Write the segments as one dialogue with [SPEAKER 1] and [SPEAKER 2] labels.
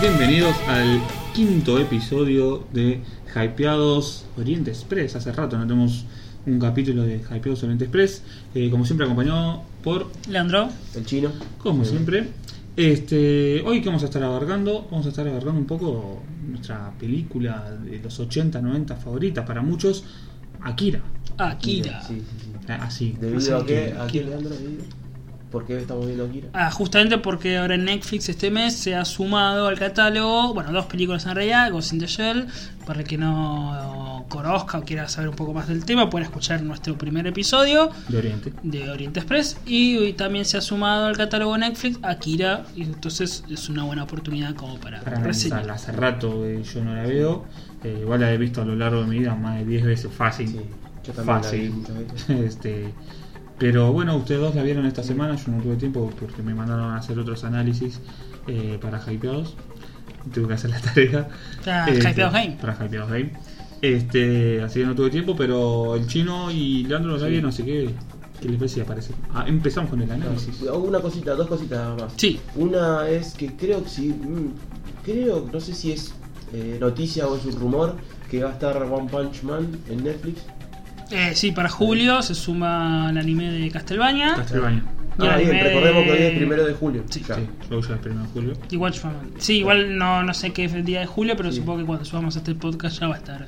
[SPEAKER 1] Bienvenidos al quinto episodio de Hypeados Oriente Express. Hace rato no tenemos un capítulo de Hypeados Oriente Express. Eh, como siempre, acompañado por,
[SPEAKER 2] Leandro,
[SPEAKER 3] El chino.
[SPEAKER 1] como siempre, este, hoy que vamos a estar abarcando, vamos a estar abarcando un poco nuestra película de los 80, 90 favorita para muchos, Akira.
[SPEAKER 2] Akira.
[SPEAKER 3] Sí, sí, sí.
[SPEAKER 1] Ah, Así. así
[SPEAKER 3] Debido a que,
[SPEAKER 1] que-
[SPEAKER 3] a que Leandro, ¿eh? ¿por qué estamos viendo Akira?
[SPEAKER 2] Ah, justamente porque ahora en Netflix este mes se ha sumado al catálogo, bueno, dos películas en realidad, Ghost in the Shell, para el que no conozca o quiera saber un poco más del tema, pueden escuchar nuestro primer episodio
[SPEAKER 1] de Oriente.
[SPEAKER 2] de Oriente Express y hoy también se ha sumado al catálogo Netflix Akira y entonces es una buena oportunidad como para,
[SPEAKER 1] para
[SPEAKER 2] reseñar.
[SPEAKER 1] analizarla. Hace rato que yo no la veo. Eh, igual la he visto a lo largo de mi vida más de 10 veces fácil.
[SPEAKER 3] Sí, yo también la vi muchas veces.
[SPEAKER 1] este, pero bueno, ustedes dos la vieron esta semana. Yo no tuve tiempo porque me mandaron a hacer otros análisis eh, para hypeados. Tuve que hacer la tarea. Este,
[SPEAKER 2] Para Hypeados Game.
[SPEAKER 1] Para hypeados game. Este, así que no tuve tiempo, pero el chino y Leandro lo
[SPEAKER 3] Sí.
[SPEAKER 1] sabían, así que. ¿Qué les parece? Aparece. Ah, empezamos con el análisis.
[SPEAKER 3] Claro. Una cosita, dos cositas nada más.
[SPEAKER 2] Sí,
[SPEAKER 3] Una es que creo que sí, mm, creo, no sé si es eh, noticia o es un rumor, que va a estar One Punch Man en Netflix.
[SPEAKER 2] eh, sí, para julio se suma el anime de Castlevania
[SPEAKER 1] Castlevania.
[SPEAKER 2] Y
[SPEAKER 3] Ah,
[SPEAKER 2] el
[SPEAKER 3] bien,
[SPEAKER 2] anime
[SPEAKER 3] recordemos que hoy es
[SPEAKER 2] de-
[SPEAKER 3] primero de julio.
[SPEAKER 2] Sí.
[SPEAKER 3] ya.
[SPEAKER 1] Sí, yo ya el primero de julio.
[SPEAKER 2] y Watchman. Sí, igual no, no sé qué día de julio, pero
[SPEAKER 3] Sí.
[SPEAKER 2] supongo que cuando subamos este podcast ya va a estar.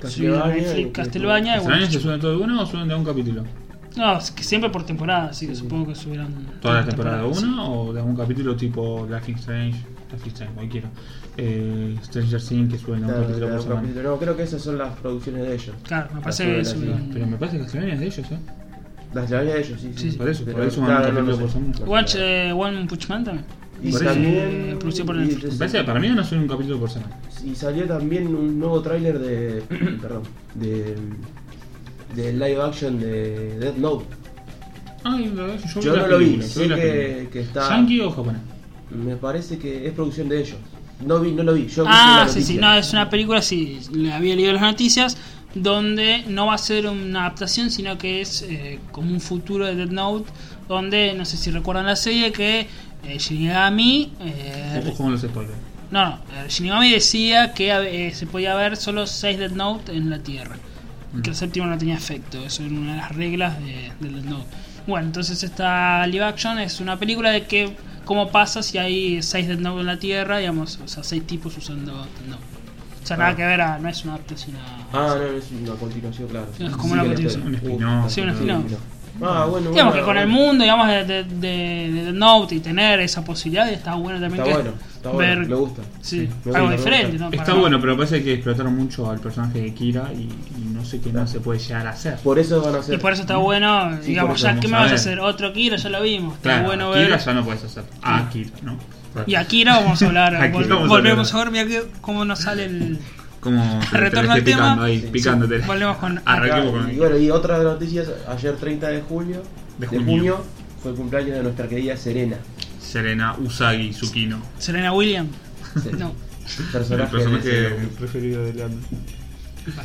[SPEAKER 3] Castlevania,
[SPEAKER 2] subido en
[SPEAKER 3] y
[SPEAKER 2] Netflix,
[SPEAKER 3] que-
[SPEAKER 2] Castlevania y
[SPEAKER 1] ¿Este año se
[SPEAKER 2] Watchmen.
[SPEAKER 1] suben todo de uno o suben de un capítulo?
[SPEAKER 2] No, es que siempre por temporada, así que
[SPEAKER 3] Sí.
[SPEAKER 2] supongo que subirán.
[SPEAKER 1] ¿Toda la temporada de
[SPEAKER 2] sí.
[SPEAKER 1] una o de algún capítulo tipo Life is Strange? Life is Strange, cualquiera. Eh, Stranger Things que suben de un
[SPEAKER 3] Claro,
[SPEAKER 1] capítulo por
[SPEAKER 3] claro,
[SPEAKER 1] semana.
[SPEAKER 3] capítulo. No, creo que esas son las producciones de ellos.
[SPEAKER 2] Claro, me
[SPEAKER 3] Las
[SPEAKER 2] parece que
[SPEAKER 3] novelas,
[SPEAKER 2] subirán.
[SPEAKER 1] Pero me parece que Castlevania es de ellos, ¿eh?
[SPEAKER 3] Las llaves de ellos, sí.
[SPEAKER 2] Sí, sí.
[SPEAKER 1] Por eso, por
[SPEAKER 3] Pero-
[SPEAKER 1] ahí suman un
[SPEAKER 3] claro, no,
[SPEAKER 1] capítulo
[SPEAKER 3] no
[SPEAKER 1] por
[SPEAKER 3] sé.
[SPEAKER 1] semana.
[SPEAKER 2] Watch eh, One Punch Man también.
[SPEAKER 3] Y
[SPEAKER 1] Por eso.
[SPEAKER 3] también.
[SPEAKER 2] Eh, producido por Netflix.
[SPEAKER 3] y-
[SPEAKER 1] Me parece que para mí no suben un capítulo por semana.
[SPEAKER 3] Y salió también un nuevo tráiler de. perdón. De. De live action de Death Note.
[SPEAKER 1] Ay, la verdad, yo,
[SPEAKER 3] Yo
[SPEAKER 1] vi la
[SPEAKER 3] no lo vi,
[SPEAKER 1] película, yo
[SPEAKER 3] sé
[SPEAKER 1] la
[SPEAKER 3] que-
[SPEAKER 1] película.
[SPEAKER 3] que está-
[SPEAKER 1] ¿Yankee o japonés?
[SPEAKER 3] Me parece que es producción de ellos. No vi, no lo vi. Yo vi
[SPEAKER 2] Ah,
[SPEAKER 3] la
[SPEAKER 2] sí, sí,
[SPEAKER 3] noticia.
[SPEAKER 2] no, es una película, sí, le había leído las noticias, donde no va a ser una adaptación, sino que es eh, como un futuro de Dead Note, donde, no sé si recuerdan la serie, que eh, Shinigami... eh,
[SPEAKER 1] Ojo con los spoilers.
[SPEAKER 2] No, no, eh, Shinigami decía que eh, se podía ver solo 6 Dead Note en la Tierra. y
[SPEAKER 3] Mm.
[SPEAKER 2] Que el séptimo no tenía efecto, eso era una de las reglas de, del Dead Note. Bueno, entonces esta live action es una película de que cómo pasa si hay 6 Dead Note en la Tierra, digamos, o sea, 6 tipos usando Dead Note. O sea, nada
[SPEAKER 3] Ah.
[SPEAKER 2] que ver, a, no es una adaptación a...
[SPEAKER 3] Ah, no, es una continuación, claro.
[SPEAKER 2] Es como una
[SPEAKER 3] que la
[SPEAKER 2] continuación.
[SPEAKER 3] tengo.
[SPEAKER 1] Un spin-off.
[SPEAKER 2] Sí, un spin-off.
[SPEAKER 3] Ah, bueno.
[SPEAKER 2] Digamos
[SPEAKER 3] bueno,
[SPEAKER 2] que con el
[SPEAKER 3] bueno.
[SPEAKER 2] mundo, digamos, de, de, de- de Death Note y tener esa posibilidad, está bueno también
[SPEAKER 3] Está
[SPEAKER 2] que
[SPEAKER 3] bueno, está bueno.
[SPEAKER 2] ver-
[SPEAKER 3] Me gusta.
[SPEAKER 2] Sí,
[SPEAKER 3] me
[SPEAKER 2] algo
[SPEAKER 3] gusta, me
[SPEAKER 2] diferente,
[SPEAKER 3] gusta.
[SPEAKER 2] ¿no?
[SPEAKER 1] Está
[SPEAKER 2] Para-
[SPEAKER 1] bueno, pero parece que explotaron mucho al personaje de Kira y, y no sé qué más se puede llegar a hacer.
[SPEAKER 3] Por eso van a ser.
[SPEAKER 2] Y por eso está bueno,
[SPEAKER 3] Sí,
[SPEAKER 2] digamos,
[SPEAKER 3] porque
[SPEAKER 2] ya,
[SPEAKER 1] vamos
[SPEAKER 2] ¿qué
[SPEAKER 1] a
[SPEAKER 2] me vas a
[SPEAKER 1] ver.
[SPEAKER 2] hacer? Otro Kira, ya lo vimos. Está
[SPEAKER 1] Claro,
[SPEAKER 2] bueno
[SPEAKER 1] Akira
[SPEAKER 2] ver.
[SPEAKER 1] ya no puedes hacer. Ah, Akira, ¿no?
[SPEAKER 2] Y Akira vamos a hablar.
[SPEAKER 1] Akira
[SPEAKER 2] vol-
[SPEAKER 1] vamos a
[SPEAKER 2] volvemos a,
[SPEAKER 1] hablar.
[SPEAKER 2] ver, mira que- cómo nos sale el.
[SPEAKER 1] Como te- te
[SPEAKER 2] Retorno
[SPEAKER 1] esté
[SPEAKER 2] al tema.
[SPEAKER 1] picando ahí,
[SPEAKER 3] Sí, sí.
[SPEAKER 1] picándote.
[SPEAKER 2] Volvemos con
[SPEAKER 1] Arranquemos
[SPEAKER 3] Claro,
[SPEAKER 1] con
[SPEAKER 3] y bueno, y otras noticias, ayer 30 de julio,
[SPEAKER 1] De
[SPEAKER 3] de
[SPEAKER 1] junio.
[SPEAKER 3] junio, fue el cumpleaños de nuestra querida Serena.
[SPEAKER 1] Serena Usagi Tsukino.
[SPEAKER 2] Serena Williams.
[SPEAKER 3] Sí.
[SPEAKER 2] No.
[SPEAKER 3] Personaje,
[SPEAKER 1] el
[SPEAKER 3] de
[SPEAKER 1] personaje
[SPEAKER 3] Serena.
[SPEAKER 1] preferido de Leandro.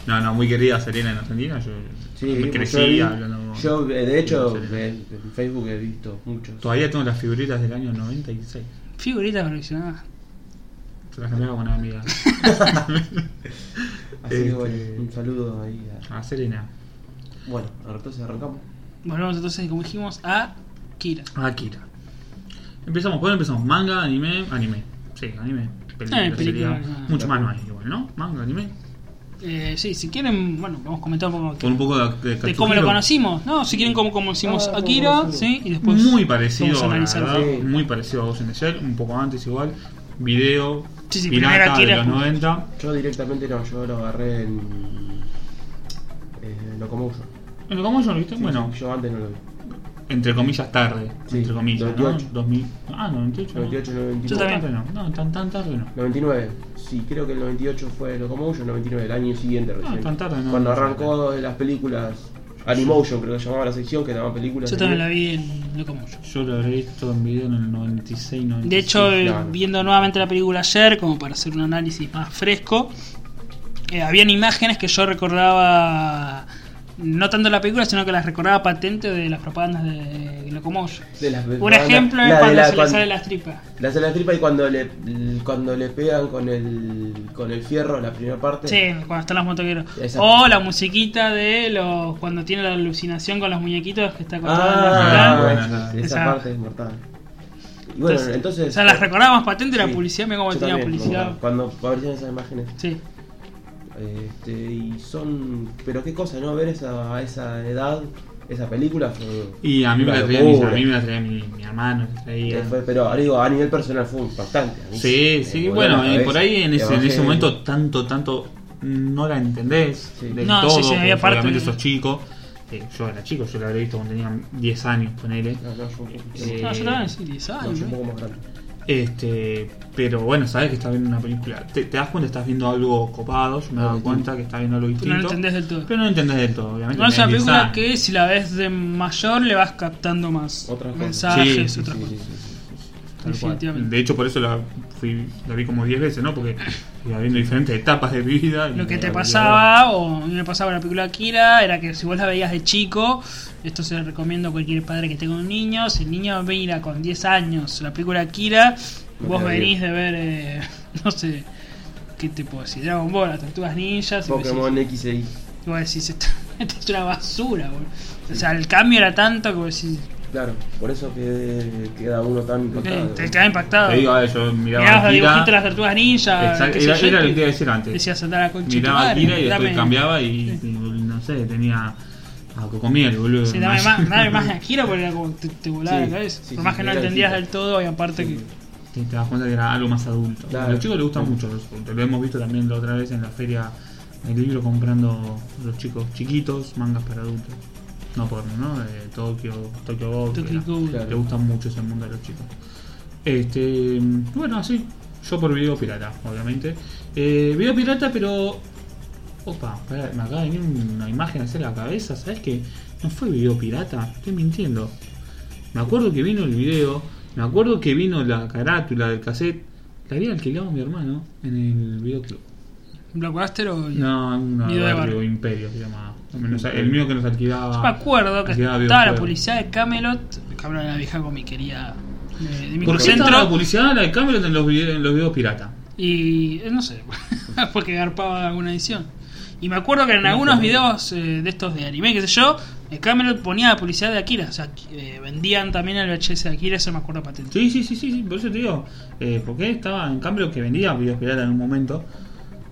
[SPEAKER 1] No, no, muy querida Serena en Argentina. Yo
[SPEAKER 3] Sí,
[SPEAKER 1] me
[SPEAKER 3] yo
[SPEAKER 1] crecí
[SPEAKER 3] vi-
[SPEAKER 1] hablando con-
[SPEAKER 3] Yo, eh, de hecho,
[SPEAKER 1] con Serena.
[SPEAKER 3] en, en Facebook he visto muchos.
[SPEAKER 1] Todavía tengo las figuritas del año 96.
[SPEAKER 2] Figuritas coleccionadas.
[SPEAKER 1] Se las cambiaba con una amiga.
[SPEAKER 3] Así
[SPEAKER 1] Este-
[SPEAKER 3] que bueno, un saludo ahí a...
[SPEAKER 1] A Serena.
[SPEAKER 3] Bueno, ahora entonces arrancamos.
[SPEAKER 2] Volvemos entonces, como dijimos, a Kira.
[SPEAKER 1] Akira. Empezamos, ¿por dónde empezamos? Manga, anime, anime. Sí, anime. Película,
[SPEAKER 2] Eh, película,
[SPEAKER 1] sería.
[SPEAKER 2] ah.
[SPEAKER 1] Mucho más no hay igual, ¿no? Manga, anime.
[SPEAKER 2] Eh, sí, si quieren, bueno, vamos a comentar un poco
[SPEAKER 1] Con un poco de,
[SPEAKER 2] de, cómo lo
[SPEAKER 1] Katsuhiro.
[SPEAKER 2] conocimos, ¿no? Si quieren, cómo conocimos
[SPEAKER 3] Ah,
[SPEAKER 2] a
[SPEAKER 3] cómo
[SPEAKER 2] Kira,
[SPEAKER 3] conocimos.
[SPEAKER 2] ¿sí? Y después.
[SPEAKER 1] muy parecido,
[SPEAKER 2] vamos a
[SPEAKER 1] la
[SPEAKER 2] analizarlo.
[SPEAKER 1] verdad,
[SPEAKER 3] Sí.
[SPEAKER 1] muy parecido a Ghost in the Shell, un poco antes igual, video
[SPEAKER 2] Sí, sí,
[SPEAKER 1] pirata
[SPEAKER 2] primero
[SPEAKER 1] de
[SPEAKER 2] Akira.
[SPEAKER 1] los 90.
[SPEAKER 3] Yo directamente no, yo lo agarré en... Eh, Locomotion.
[SPEAKER 1] Bueno, ¿cómo yo lo viste? bueno,
[SPEAKER 3] Yo antes no lo vi.
[SPEAKER 1] entre comillas tarde,
[SPEAKER 3] Sí,
[SPEAKER 1] entre comillas,
[SPEAKER 3] 98.
[SPEAKER 1] ¿no? 2000, ah, 98.
[SPEAKER 3] 98,
[SPEAKER 1] no.
[SPEAKER 3] 99.
[SPEAKER 2] Yo
[SPEAKER 1] Tan
[SPEAKER 2] también.
[SPEAKER 1] tarde no, no, tan, tan tarde no.
[SPEAKER 3] 99, sí, creo que el 98 fue Locomotion, 99, el año
[SPEAKER 2] Ah,
[SPEAKER 3] siguiente recién.
[SPEAKER 1] tan tarde no.
[SPEAKER 3] Cuando arrancó de las películas, Animotion creo que llamaba la sección, que daban películas.
[SPEAKER 2] Yo también la vi en Locomotion.
[SPEAKER 1] Yo lo habré visto en video en el 96, 97.
[SPEAKER 2] De hecho, eh,
[SPEAKER 3] claro.
[SPEAKER 2] viendo nuevamente la película ayer, como para hacer un análisis más fresco, eh, habían imágenes que yo recordaba no tanto la película, sino que las recordaba patente de las propagandas de Locomotion.
[SPEAKER 3] De las-
[SPEAKER 2] Un ejemplo
[SPEAKER 3] la
[SPEAKER 2] es
[SPEAKER 3] de
[SPEAKER 2] cuando
[SPEAKER 3] la-
[SPEAKER 2] se le
[SPEAKER 3] cuando-
[SPEAKER 2] sale las tripas.
[SPEAKER 3] La hace la tripa y cuando le cuando le pegan con el con el fierro la primera parte.
[SPEAKER 2] Sí, cuando están los motoqueros.
[SPEAKER 3] Exacto.
[SPEAKER 2] O la musiquita de los cuando tiene la alucinación con los muñequitos que está con
[SPEAKER 3] Ah,
[SPEAKER 1] bueno,
[SPEAKER 3] esa-
[SPEAKER 1] bueno,
[SPEAKER 3] esa,
[SPEAKER 2] esa-
[SPEAKER 3] parte es mortal. Y bueno, entonces,
[SPEAKER 2] o sea, las recordaba más patente la
[SPEAKER 3] sí,
[SPEAKER 2] publicidad, me como
[SPEAKER 3] yo
[SPEAKER 2] tenía
[SPEAKER 3] también,
[SPEAKER 2] publicidad.
[SPEAKER 3] como Cuando aparecían esas imágenes.
[SPEAKER 2] Sí.
[SPEAKER 3] Este, y son. Pero qué cosa, ¿no? Ver esa, a esa edad, esa película fue.
[SPEAKER 1] Y a mí me
[SPEAKER 3] una
[SPEAKER 1] la traía, mis- a
[SPEAKER 3] locura.
[SPEAKER 1] mí me la traía mi, mi hermano. me la traía.
[SPEAKER 3] Eh, fue- pero ahora digo, a nivel personal fue impactante. A mí
[SPEAKER 1] Sí,
[SPEAKER 3] me
[SPEAKER 1] sí,
[SPEAKER 3] voló
[SPEAKER 1] bueno,
[SPEAKER 3] la
[SPEAKER 1] eh,
[SPEAKER 3] cabeza.
[SPEAKER 1] por ahí en ese, en
[SPEAKER 3] Evangelion.
[SPEAKER 1] ese momento tanto, tanto no la entendés
[SPEAKER 3] Sí.
[SPEAKER 1] del
[SPEAKER 2] No, sí,
[SPEAKER 1] todo,
[SPEAKER 2] sí, había
[SPEAKER 1] porque
[SPEAKER 2] parte
[SPEAKER 1] obviamente
[SPEAKER 2] de-
[SPEAKER 1] sos chico. Eh, yo era chico, yo la habré visto cuando tenía 10 años, ponele.
[SPEAKER 3] No, no, yo,
[SPEAKER 1] Sí.
[SPEAKER 2] No, yo también, sí,
[SPEAKER 3] Eh, no, yo un poco más
[SPEAKER 1] Eh,
[SPEAKER 3] grande.
[SPEAKER 1] Este, pero bueno, sabes que estás viendo una película. Te, te das cuenta, estás viendo algo copado. Yo me he
[SPEAKER 3] Ah,
[SPEAKER 1] dado
[SPEAKER 3] distinto.
[SPEAKER 1] cuenta que estás viendo algo
[SPEAKER 2] Tú no
[SPEAKER 1] distinto.
[SPEAKER 2] lo entendés del todo.
[SPEAKER 1] Pero no lo entendés del todo, obviamente.
[SPEAKER 2] No es una
[SPEAKER 1] tenés 10
[SPEAKER 2] película
[SPEAKER 1] años.
[SPEAKER 2] que si la ves de mayor le vas captando más
[SPEAKER 3] Otras cosas.
[SPEAKER 2] mensajes,
[SPEAKER 1] Sí, sí,
[SPEAKER 2] otras cosas.
[SPEAKER 1] Tal cual.
[SPEAKER 2] Definitivamente.
[SPEAKER 1] De hecho, por eso la, fui, la vi como 10 veces, ¿no? Porque iba viendo diferentes etapas de vida. y
[SPEAKER 2] Lo
[SPEAKER 1] Mm,
[SPEAKER 2] que
[SPEAKER 1] me
[SPEAKER 2] te
[SPEAKER 1] olvidaba.
[SPEAKER 2] pasaba, o a mí me pasaba con la película Akira, era que si vos la veías de chico, esto se lo recomiendo a cualquier padre que tenga un niño, si el niño mira con 10 años la película Akira,
[SPEAKER 3] No
[SPEAKER 2] vos
[SPEAKER 3] la vi.
[SPEAKER 2] venís de ver, eh, no sé, ¿qué te puedo decir? Dragon Ball, las tortugas ninjas, y vos decís-
[SPEAKER 3] Pokémon XY.
[SPEAKER 2] y vos decís, esto, esto es una basura, boludo. O sea, el cambio era tanto que vos decís,
[SPEAKER 3] Claro, por eso que queda uno tan
[SPEAKER 2] eh,
[SPEAKER 3] impactado.
[SPEAKER 2] te quedás impactado.
[SPEAKER 1] Te digo, a ver, yo miraba
[SPEAKER 2] Mirabas los
[SPEAKER 1] Akira.
[SPEAKER 2] dibujitos de las tortugas ninja,
[SPEAKER 1] Exacto,
[SPEAKER 2] qué sé
[SPEAKER 1] era,
[SPEAKER 2] yo,
[SPEAKER 1] era
[SPEAKER 2] y
[SPEAKER 1] lo que te iba a decir antes.
[SPEAKER 2] Decías andar a concha tu
[SPEAKER 1] miraba a
[SPEAKER 2] madre,
[SPEAKER 1] Kira y después
[SPEAKER 2] dame-
[SPEAKER 1] cambiaba y,
[SPEAKER 2] Sí.
[SPEAKER 1] y, no sé, tenía a Cocomiel, boludo.
[SPEAKER 2] Sí, dame más, dame más de Akira porque era como te, te volaba
[SPEAKER 3] Sí,
[SPEAKER 2] la cabeza.
[SPEAKER 3] sí,
[SPEAKER 2] Por
[SPEAKER 3] sí,
[SPEAKER 2] más que no
[SPEAKER 3] era
[SPEAKER 2] entendías del
[SPEAKER 3] distinto.
[SPEAKER 2] todo y aparte
[SPEAKER 3] Sí.
[SPEAKER 2] que.
[SPEAKER 1] Te, te das cuenta que era algo más adulto.
[SPEAKER 3] Claro.
[SPEAKER 1] A los chicos les gusta mucho los adultos. Lo hemos visto también la otra vez en la feria del libro comprando a los chicos chiquitos mangas para adultos. No porno, ¿no? De Tokio, Tokyo Bob.
[SPEAKER 2] Tokyo
[SPEAKER 1] que era-
[SPEAKER 2] Ghoul.
[SPEAKER 3] Claro.
[SPEAKER 1] Le gustan mucho ese mundo a los chicos. Este, bueno, así. Yo por video pirata, obviamente. Eh, video pirata, pero. Opa, pará, me acaba de venir una imagen hacia la cabeza. ¿Sabes qué? No fue video pirata, estoy mintiendo. Me acuerdo que vino el video, me acuerdo que vino la carátula del cassette. La había alquilado mi hermano en el videoclub.
[SPEAKER 2] ¿Blockbuster o.?
[SPEAKER 1] No, en un
[SPEAKER 2] Video de
[SPEAKER 1] barrio
[SPEAKER 2] barrio.
[SPEAKER 1] imperio se llamaba. Nos- El mío que nos alquilaba.
[SPEAKER 2] Yo me acuerdo que
[SPEAKER 1] alquilaba
[SPEAKER 2] estaba la
[SPEAKER 1] videojuegos.
[SPEAKER 2] publicidad de Camelot. Camelot era la vieja comiquería de, de
[SPEAKER 1] ¿Por qué estaba la
[SPEAKER 2] microcentro.
[SPEAKER 1] publicidad de Cameron en los, vide- en los videos pirata?
[SPEAKER 2] Y. eh, no sé, porque garpaba alguna edición. Y me acuerdo que en algunos videos eh, de estos de anime, qué sé yo, eh, Camelot ponía la publicidad de Akira. O sea, eh, vendían también el VHS de Akira, eso me acuerdo patente.
[SPEAKER 1] Sí, sí, sí, sí, sí, por eso te digo. Eh, porque estaba en cambio que vendía videos pirata en un momento.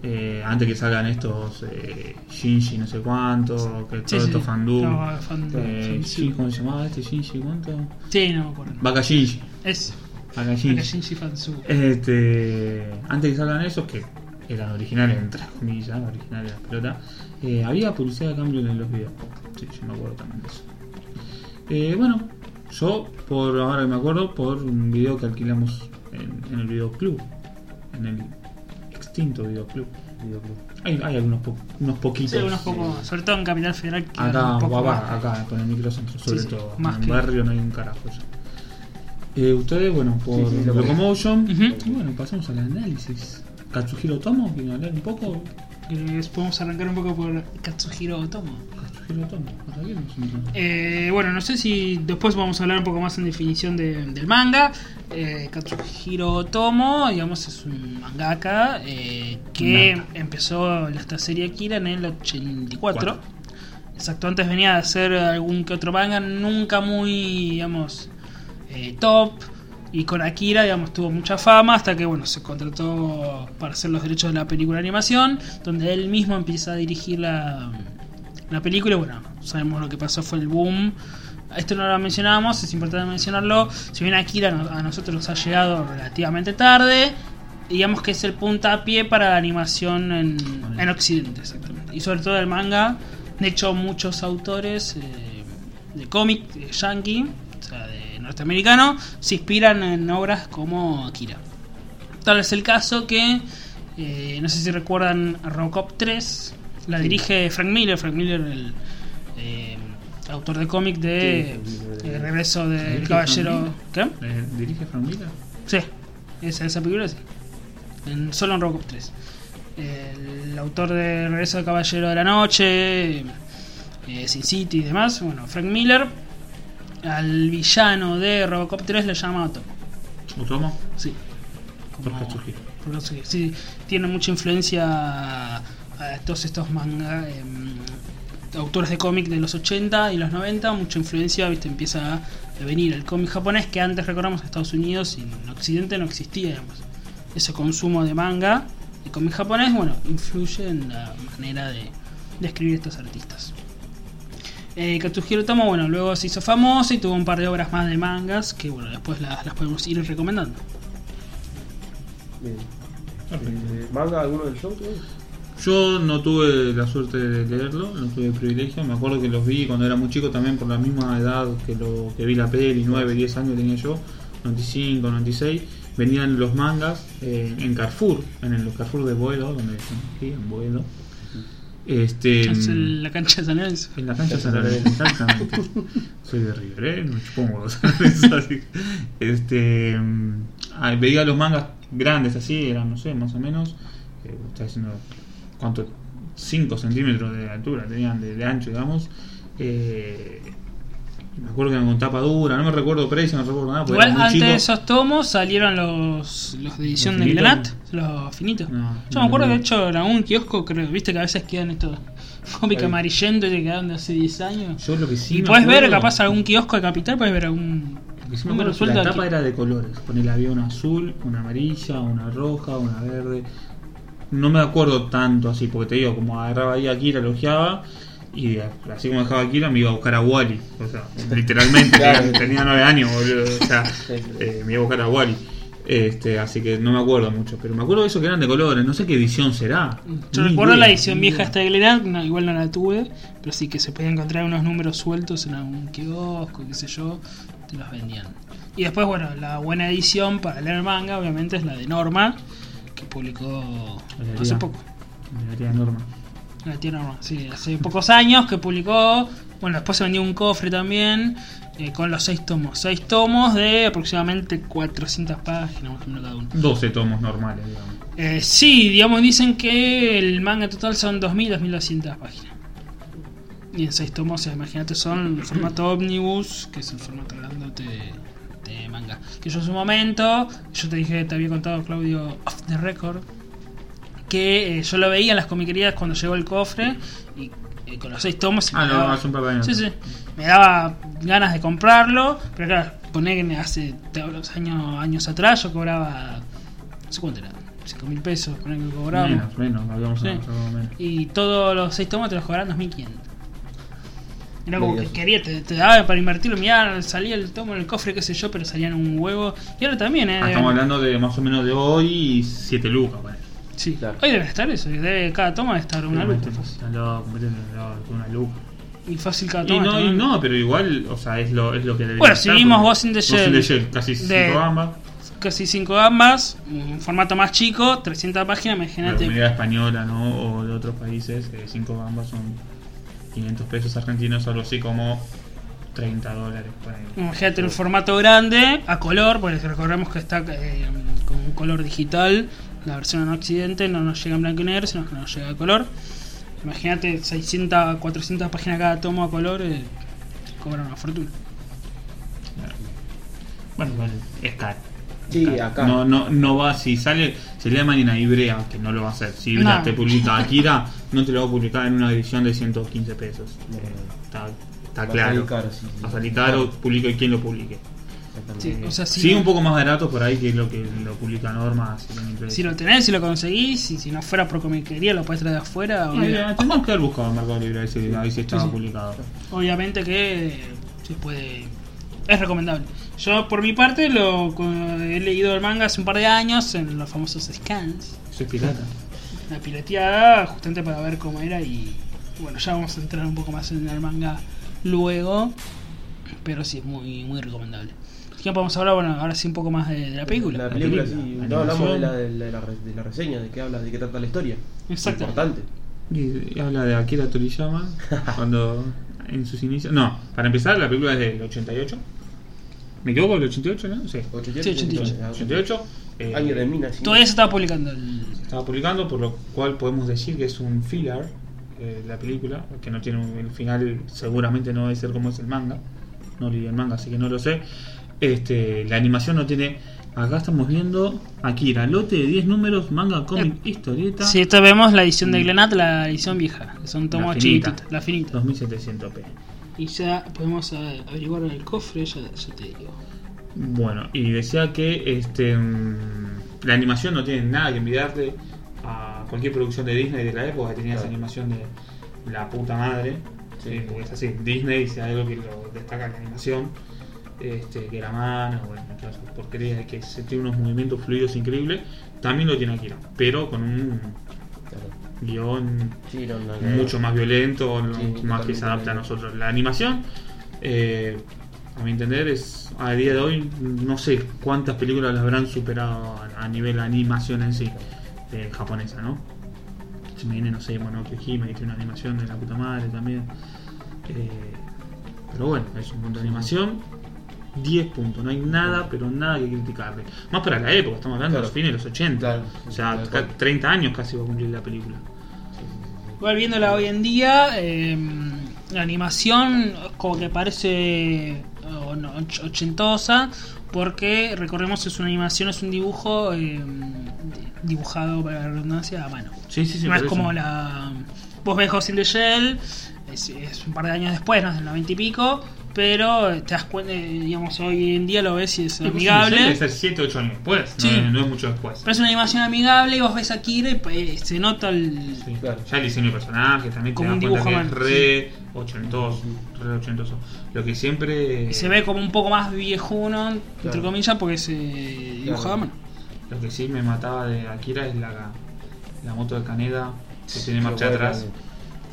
[SPEAKER 1] eh, antes que salgan estos eh, Shinji, no sé cuánto, que todos
[SPEAKER 2] Sí, sí,
[SPEAKER 1] estos
[SPEAKER 2] sí.
[SPEAKER 1] fandom.
[SPEAKER 2] No, fandom,
[SPEAKER 1] eh,
[SPEAKER 2] fandom, sí.
[SPEAKER 1] Shin- ¿Cómo se llamaba este Shinji? ¿Cuánto?
[SPEAKER 2] Sí, no me acuerdo.
[SPEAKER 1] Baka Shinji.
[SPEAKER 2] Es.
[SPEAKER 1] Baka
[SPEAKER 2] Acá
[SPEAKER 1] Shinji.
[SPEAKER 2] Shinji Fansu.
[SPEAKER 1] Este, antes que salgan esos, que eran originales, entre comillas, originales de la pelota, eh, había publicidad de cambio en los videos. Sí, yo me acuerdo también de eso. Eh, bueno, yo, por ahora que me acuerdo, por un video que alquilamos en, en el videoclub, en el extinto videoclub. Hay, hay algunos po- unos poquitos.
[SPEAKER 2] Sí, unos pocos, sobre todo en Capital Federal. que era
[SPEAKER 1] Acá,
[SPEAKER 2] un poco
[SPEAKER 1] guabá,
[SPEAKER 2] más-
[SPEAKER 1] acá, con el microcentro, sobre
[SPEAKER 2] sí,
[SPEAKER 1] todo.
[SPEAKER 2] más
[SPEAKER 1] en
[SPEAKER 2] que-
[SPEAKER 1] barrio no hay un carajo ya. Eh, ustedes, bueno, por
[SPEAKER 3] Sí, sí, lo
[SPEAKER 1] Locomotion.
[SPEAKER 2] Ujú.
[SPEAKER 1] Y bueno, pasamos al análisis. Katsuhiro Tomo, ¿quieren hablar un poco?
[SPEAKER 2] Eh, podemos arrancar un poco por Katsuhiro Otomo.
[SPEAKER 1] Katsuhiro Tomo, ¿para qué nos interesa?
[SPEAKER 2] Eh, bueno, no sé si después vamos a hablar un poco más en definición de- del manga. Eh, Katsuhiro Otomo, digamos, es un mangaka eh, que
[SPEAKER 1] Mangaka.
[SPEAKER 2] empezó esta serie Akira en el 84.
[SPEAKER 1] Cuatro.
[SPEAKER 2] Exacto, antes venía a hacer algún que otro manga, nunca muy, digamos, eh, top. Y con Akira, digamos, tuvo mucha fama hasta que, bueno, se contrató para hacer los derechos de la película de animación, donde él mismo empieza a dirigir la, la película. Y Bueno, sabemos lo que pasó, fue el boom. Esto no lo mencionamos, es importante mencionarlo. Si bien Akira no- a nosotros nos ha llegado relativamente tarde, digamos que es el puntapié para la animación en, en Occidente, exactamente. Y sobre todo el manga. De hecho, muchos autores eh, de cómic eh, yankee, o sea, de norteamericano, se inspiran en obras como Akira. Tal es el caso que, eh, no sé si recuerdan, Robocop 3 la dirige Frank Miller. Frank Miller, el eh, autor de cómic de
[SPEAKER 3] Sí, Frank Miller.
[SPEAKER 2] El regreso del
[SPEAKER 1] ¿Dirige
[SPEAKER 2] caballero.
[SPEAKER 1] Frank
[SPEAKER 2] ¿Qué?
[SPEAKER 1] Eh, ¿Dirige Frank Miller?
[SPEAKER 2] Sí, esa, esa película sí. En- solo en Robocop 3. El autor de Regreso del Caballero de la Noche, eh, Sin City y demás. Bueno, Frank Miller al villano de Robocop 3 le llama Otto.
[SPEAKER 1] ¿Lo tomo?
[SPEAKER 2] Sí. Como-
[SPEAKER 1] Katsuki.
[SPEAKER 2] por Katsuki, Sí, tiene mucha influencia a todos estos manga, em, autores de cómic de los 80 y los 90, mucha influencia, viste, empieza a venir el cómic japonés que antes recordamos en Estados Unidos y en Occidente no existía, digamos. Ese consumo de manga, de cómic japonés, bueno, influye en la manera de, de escribir estos artistas. Eh, Katsuhiro Tomo, bueno, luego se hizo famoso y tuvo un par de obras más de mangas que, bueno, después las, las podemos ir recomendando.
[SPEAKER 3] Bien. Eh, ¿Manga alguno del show? creo?
[SPEAKER 1] Yo no tuve la suerte de leerlo, no tuve el privilegio. Me acuerdo que los vi cuando era muy chico también, por la misma edad que lo que vi la peli, 9, 10 años tenía yo, 95, 96. Venían los mangas eh, en Carrefour, en el Carrefour de Boedo, donde sí, en Boedo. Este,
[SPEAKER 2] Es el- la cancha de San Lorenzo.
[SPEAKER 1] En la cancha San Lorenzo, exactamente. Soy de River, ¿eh? me supongo. San Lorenzo, así que, Este, mm, ah, veía los mangas grandes así, eran, no sé, más o menos. eh, está diciendo, ¿cuánto? 5 centímetros de altura tenían, de, de ancho, digamos. Eh, me acuerdo que eran con tapa dura, no me recuerdo precio, no recuerdo nada. Porque
[SPEAKER 2] Igual
[SPEAKER 1] era muy
[SPEAKER 2] antes
[SPEAKER 1] chico.
[SPEAKER 2] de esos tomos salieron los, los de edición
[SPEAKER 1] ¿Los
[SPEAKER 2] de
[SPEAKER 1] finitos?
[SPEAKER 2] Glenat, los finitos.
[SPEAKER 1] No,
[SPEAKER 2] Yo
[SPEAKER 1] no
[SPEAKER 2] me acuerdo
[SPEAKER 1] lo
[SPEAKER 2] que de
[SPEAKER 1] vi.
[SPEAKER 2] hecho era un kiosco, creo, viste que a veces quedan estos cómics
[SPEAKER 3] Ahí.
[SPEAKER 2] amarillentos que quedaron de hace 10 años.
[SPEAKER 1] Yo lo que sí
[SPEAKER 2] y
[SPEAKER 1] me
[SPEAKER 2] puedes ver
[SPEAKER 1] acuerdo-
[SPEAKER 2] capaz algún kiosco de capital, puedes ver algún
[SPEAKER 1] Porque si me
[SPEAKER 2] número
[SPEAKER 1] acuerdo que la
[SPEAKER 2] suelto.
[SPEAKER 1] tapa era de colores. Ponele, había una azul, una amarilla, una roja, una verde. No me acuerdo tanto así, porque te digo, como agarraba ahí a Kira, elogiaba. Y así como dejaba a Kira, me iba a buscar a Wally. O sea, literalmente,
[SPEAKER 3] Claro.
[SPEAKER 1] tenía- tenía nueve años, boludo. O sea, eh, me iba a buscar a Wally. Este, así que no me acuerdo mucho. Pero me acuerdo de eso que eran de colores. No sé qué edición será.
[SPEAKER 2] Mm, Yo
[SPEAKER 1] Ni
[SPEAKER 2] recuerdo
[SPEAKER 1] idea,
[SPEAKER 2] la edición
[SPEAKER 1] ni
[SPEAKER 2] vieja
[SPEAKER 1] idea.
[SPEAKER 2] esta de Glenat, no, igual no la tuve, pero sí que se podían encontrar unos números sueltos en algún kiosco, qué sé yo, te los vendían. Y después, bueno, la buena edición para leer manga, obviamente, es la de Norma, que publicó
[SPEAKER 1] Galería.
[SPEAKER 2] hace poco.
[SPEAKER 1] Me daría norma.
[SPEAKER 2] La tía Norma, sí, hace pocos años que publicó. Bueno, después se vendió un cofre también eh, con los seis tomos. Seis tomos de aproximadamente 400 páginas, más o menos cada uno.
[SPEAKER 1] 12 tomos normales, digamos.
[SPEAKER 2] Eh, sí, digamos, dicen que el manga total son 2.000, 2.200 páginas. Y en 6 tomos, o sea, imagínate, son el formato Omnibus, que es el formato grandote de, de manga. Que yo en su momento, yo te dije, te había contado Claudio off the record, que eh, yo lo veía en las comiquerías cuando llegó el cofre y eh, con los 6 tomos... y
[SPEAKER 1] Ah,
[SPEAKER 2] me
[SPEAKER 1] no,
[SPEAKER 2] daba-
[SPEAKER 1] hace un par de años.
[SPEAKER 2] Sí, sí. Me daba ganas de comprarlo, pero claro, poné que hace te hablo, años, años atrás yo cobraba no sé cuánto era, 5 mil pesos, poner que cobramos.
[SPEAKER 1] Menos, menos, habíamos
[SPEAKER 2] Sí.
[SPEAKER 1] avanzado menos.
[SPEAKER 2] Y todos los 6 tomos te los cobraban 2.500. Era como que
[SPEAKER 3] Medio.
[SPEAKER 2] quería, te, te daba para invertirlo. Mirá, salía el tomo en el cofre, qué sé yo, pero salían un huevo. Y ahora también, ¿eh?
[SPEAKER 1] Ah,
[SPEAKER 2] deben-
[SPEAKER 1] estamos hablando de más o menos de hoy 7 lucas, vale.
[SPEAKER 2] Sí,
[SPEAKER 3] Claro.
[SPEAKER 2] hoy deben estar eso. Debe, cada toma debe estar una lupa. fácil.
[SPEAKER 1] Al lado, completamente al lado, con una lupa.
[SPEAKER 2] Y fácil cada
[SPEAKER 1] Y
[SPEAKER 2] Ah, toma.
[SPEAKER 1] no,
[SPEAKER 2] está
[SPEAKER 1] y
[SPEAKER 2] mal.
[SPEAKER 1] no, pero igual, o sea, es lo, es lo que debería
[SPEAKER 2] Bueno,
[SPEAKER 1] estar,
[SPEAKER 2] seguimos
[SPEAKER 1] porque
[SPEAKER 2] Ghost in the Shell.
[SPEAKER 1] casi 5
[SPEAKER 2] De-
[SPEAKER 1] ambas.
[SPEAKER 2] Casi 5 ambas, un formato más chico, 300 páginas,
[SPEAKER 1] La
[SPEAKER 2] imagínate.
[SPEAKER 1] comunidad española, ¿no? O de otros países, 5 ambas son 500 pesos argentinos, algo así como 30 dólares. por ahí.
[SPEAKER 2] Imagínate Mm, un formato grande, a color, porque recordemos que está eh, con un color digital, la versión en occidente no nos llega en blanco y negro, sino que nos llega a color. Imagínate 600, 400 páginas cada tomo a color, eh, cobran una fortuna.
[SPEAKER 1] Claro. Bueno, igual es caro. Es
[SPEAKER 3] Sí,
[SPEAKER 1] caro.
[SPEAKER 3] acá.
[SPEAKER 1] No, no, no va, si sale, si le llaman en a Ibrea, que no lo va a hacer. Si Ibrea
[SPEAKER 2] No.
[SPEAKER 1] te publica Akira, no te lo va a publicar en una edición de 115 pesos. Eh, está está
[SPEAKER 3] Va a
[SPEAKER 1] claro.
[SPEAKER 3] salir caro, sí, sí.
[SPEAKER 1] Va a salir caro, publique quien lo publique. Eh,
[SPEAKER 3] Exactamente.
[SPEAKER 2] Sí, o sea, si
[SPEAKER 1] sí,
[SPEAKER 2] no-
[SPEAKER 1] un poco más barato por ahí que lo que lo publica Norma. así que no interesa.
[SPEAKER 2] Si lo tenés, si lo conseguís, y si no fuera por comiquería, lo podés traer de afuera.
[SPEAKER 1] No,
[SPEAKER 2] obvia-
[SPEAKER 1] ya, eh, tendríamos que haber buscado en Mercado Libre a ver si- a ver si estaba
[SPEAKER 2] Sí, sí.
[SPEAKER 1] publicado.
[SPEAKER 2] obviamente que eh, se puede es recomendable yo por mi parte lo co- he leído el manga hace un par de años en los famosos scans
[SPEAKER 1] Eso es pirata.
[SPEAKER 2] la pirateada justamente para ver cómo era y bueno ya vamos a entrar un poco más en el manga luego pero sí es muy muy recomendable ¿Qué vamos a hablar? Bueno, ahora sí un poco más de, de la película.
[SPEAKER 3] La
[SPEAKER 1] La
[SPEAKER 3] película,
[SPEAKER 1] película,
[SPEAKER 3] sí.
[SPEAKER 1] animación.
[SPEAKER 3] No hablamos de la, de, la, de la re- de la reseña, de qué hablas, de qué trata la historia.
[SPEAKER 2] Exacto.
[SPEAKER 3] Importante.
[SPEAKER 1] Y, y habla de Akira Toriyama cuando en sus inicios. No, para empezar, la película es del 88. ¿Me equivoco? ¿El 88? ¿no? Sí.
[SPEAKER 3] 88.
[SPEAKER 2] Sí, 88.
[SPEAKER 1] 88. eh,
[SPEAKER 3] Año de mina. sí.
[SPEAKER 2] Todavía se estaba publicando el...
[SPEAKER 1] Estaba publicando, por lo cual podemos decir que es un filler. eh, la película, que no tiene un, el final, seguramente no debe ser como es el manga. No leí el manga, así que no lo sé. Este, la animación no tiene. Acá estamos viendo Akira, lote de 10 números, manga, cómic, historieta.
[SPEAKER 2] Si esto vemos la edición de Glenat, la edición vieja, que son tomos
[SPEAKER 1] La finita.
[SPEAKER 2] chiquititos, la finita.
[SPEAKER 1] 2700p.
[SPEAKER 2] Y ya podemos eh, averiguar en el cofre, ya, ya te digo.
[SPEAKER 1] Bueno, y decía que este mm, la animación no tiene nada que envidiarle a cualquier producción de Disney de la época, que tenía esa
[SPEAKER 3] Claro.
[SPEAKER 1] animación de la puta madre.
[SPEAKER 3] Sí.
[SPEAKER 1] Sí, porque es así, Disney si hay algo que lo destaca la animación, este, que la mano, bueno, todas esas porquerías de que se tiene unos movimientos fluidos increíbles, también lo tiene Akira, pero con un guión
[SPEAKER 3] Sí, no, no, no.
[SPEAKER 1] mucho más violento, no-
[SPEAKER 3] Sí,
[SPEAKER 1] más que se
[SPEAKER 3] totalmente.
[SPEAKER 1] adapta a nosotros. La animación, eh, a mi entender, es a día de hoy, no sé cuántas películas las habrán superado a, a nivel animación en sí, eh, japonesa, ¿no? Se me viene, no sé, Monoke Hime, que tiene una animación de la puta madre también. Eh, pero bueno, es un punto de animación. 10 puntos, no hay nada, pero nada que criticarle. Más para la época, estamos hablando de los
[SPEAKER 3] Claro.
[SPEAKER 1] fines de los 80.
[SPEAKER 3] Claro.
[SPEAKER 1] o sea,
[SPEAKER 3] Tal
[SPEAKER 1] ca-
[SPEAKER 3] cual.
[SPEAKER 1] 30 años casi va a cumplir la película.
[SPEAKER 2] Igual viéndola hoy en día, eh, la animación como que parece o no, och- ochentosa, porque recordemos es una animación, es un dibujo eh, dibujado, para la redundancia, a mano.
[SPEAKER 1] Sí, sí, sí.
[SPEAKER 2] no es
[SPEAKER 1] por eso.
[SPEAKER 2] como la. Vos ves Ghost in the Shell, es, es un par de años después, ¿no? Del 90 y pico, pero te das cuenta, eh, digamos, hoy en día lo ves y es
[SPEAKER 1] Sí, pues,
[SPEAKER 2] amigable.
[SPEAKER 1] Debe ser 7, 8 años después.
[SPEAKER 2] Sí. Ah.
[SPEAKER 1] No, no es mucho después.
[SPEAKER 2] Pero es una animación amigable y vos ves a Kira y pues, se nota el.
[SPEAKER 1] Sí,
[SPEAKER 3] Claro.
[SPEAKER 1] Ya el diseño de personajes también
[SPEAKER 2] Como un
[SPEAKER 1] te das cuenta
[SPEAKER 2] dibujo
[SPEAKER 1] que es
[SPEAKER 2] a mano,
[SPEAKER 1] re ochentoso, re ochentoso. Lo que siempre.
[SPEAKER 2] Y se ve como un poco más viejuno, entre
[SPEAKER 3] Claro.
[SPEAKER 2] comillas, porque eh, se dibujaba a mano.
[SPEAKER 1] Lo que sí me mataba de Akira es la, la moto de Caneda que tiene
[SPEAKER 3] Qué
[SPEAKER 1] marcha
[SPEAKER 3] buena,
[SPEAKER 1] atrás.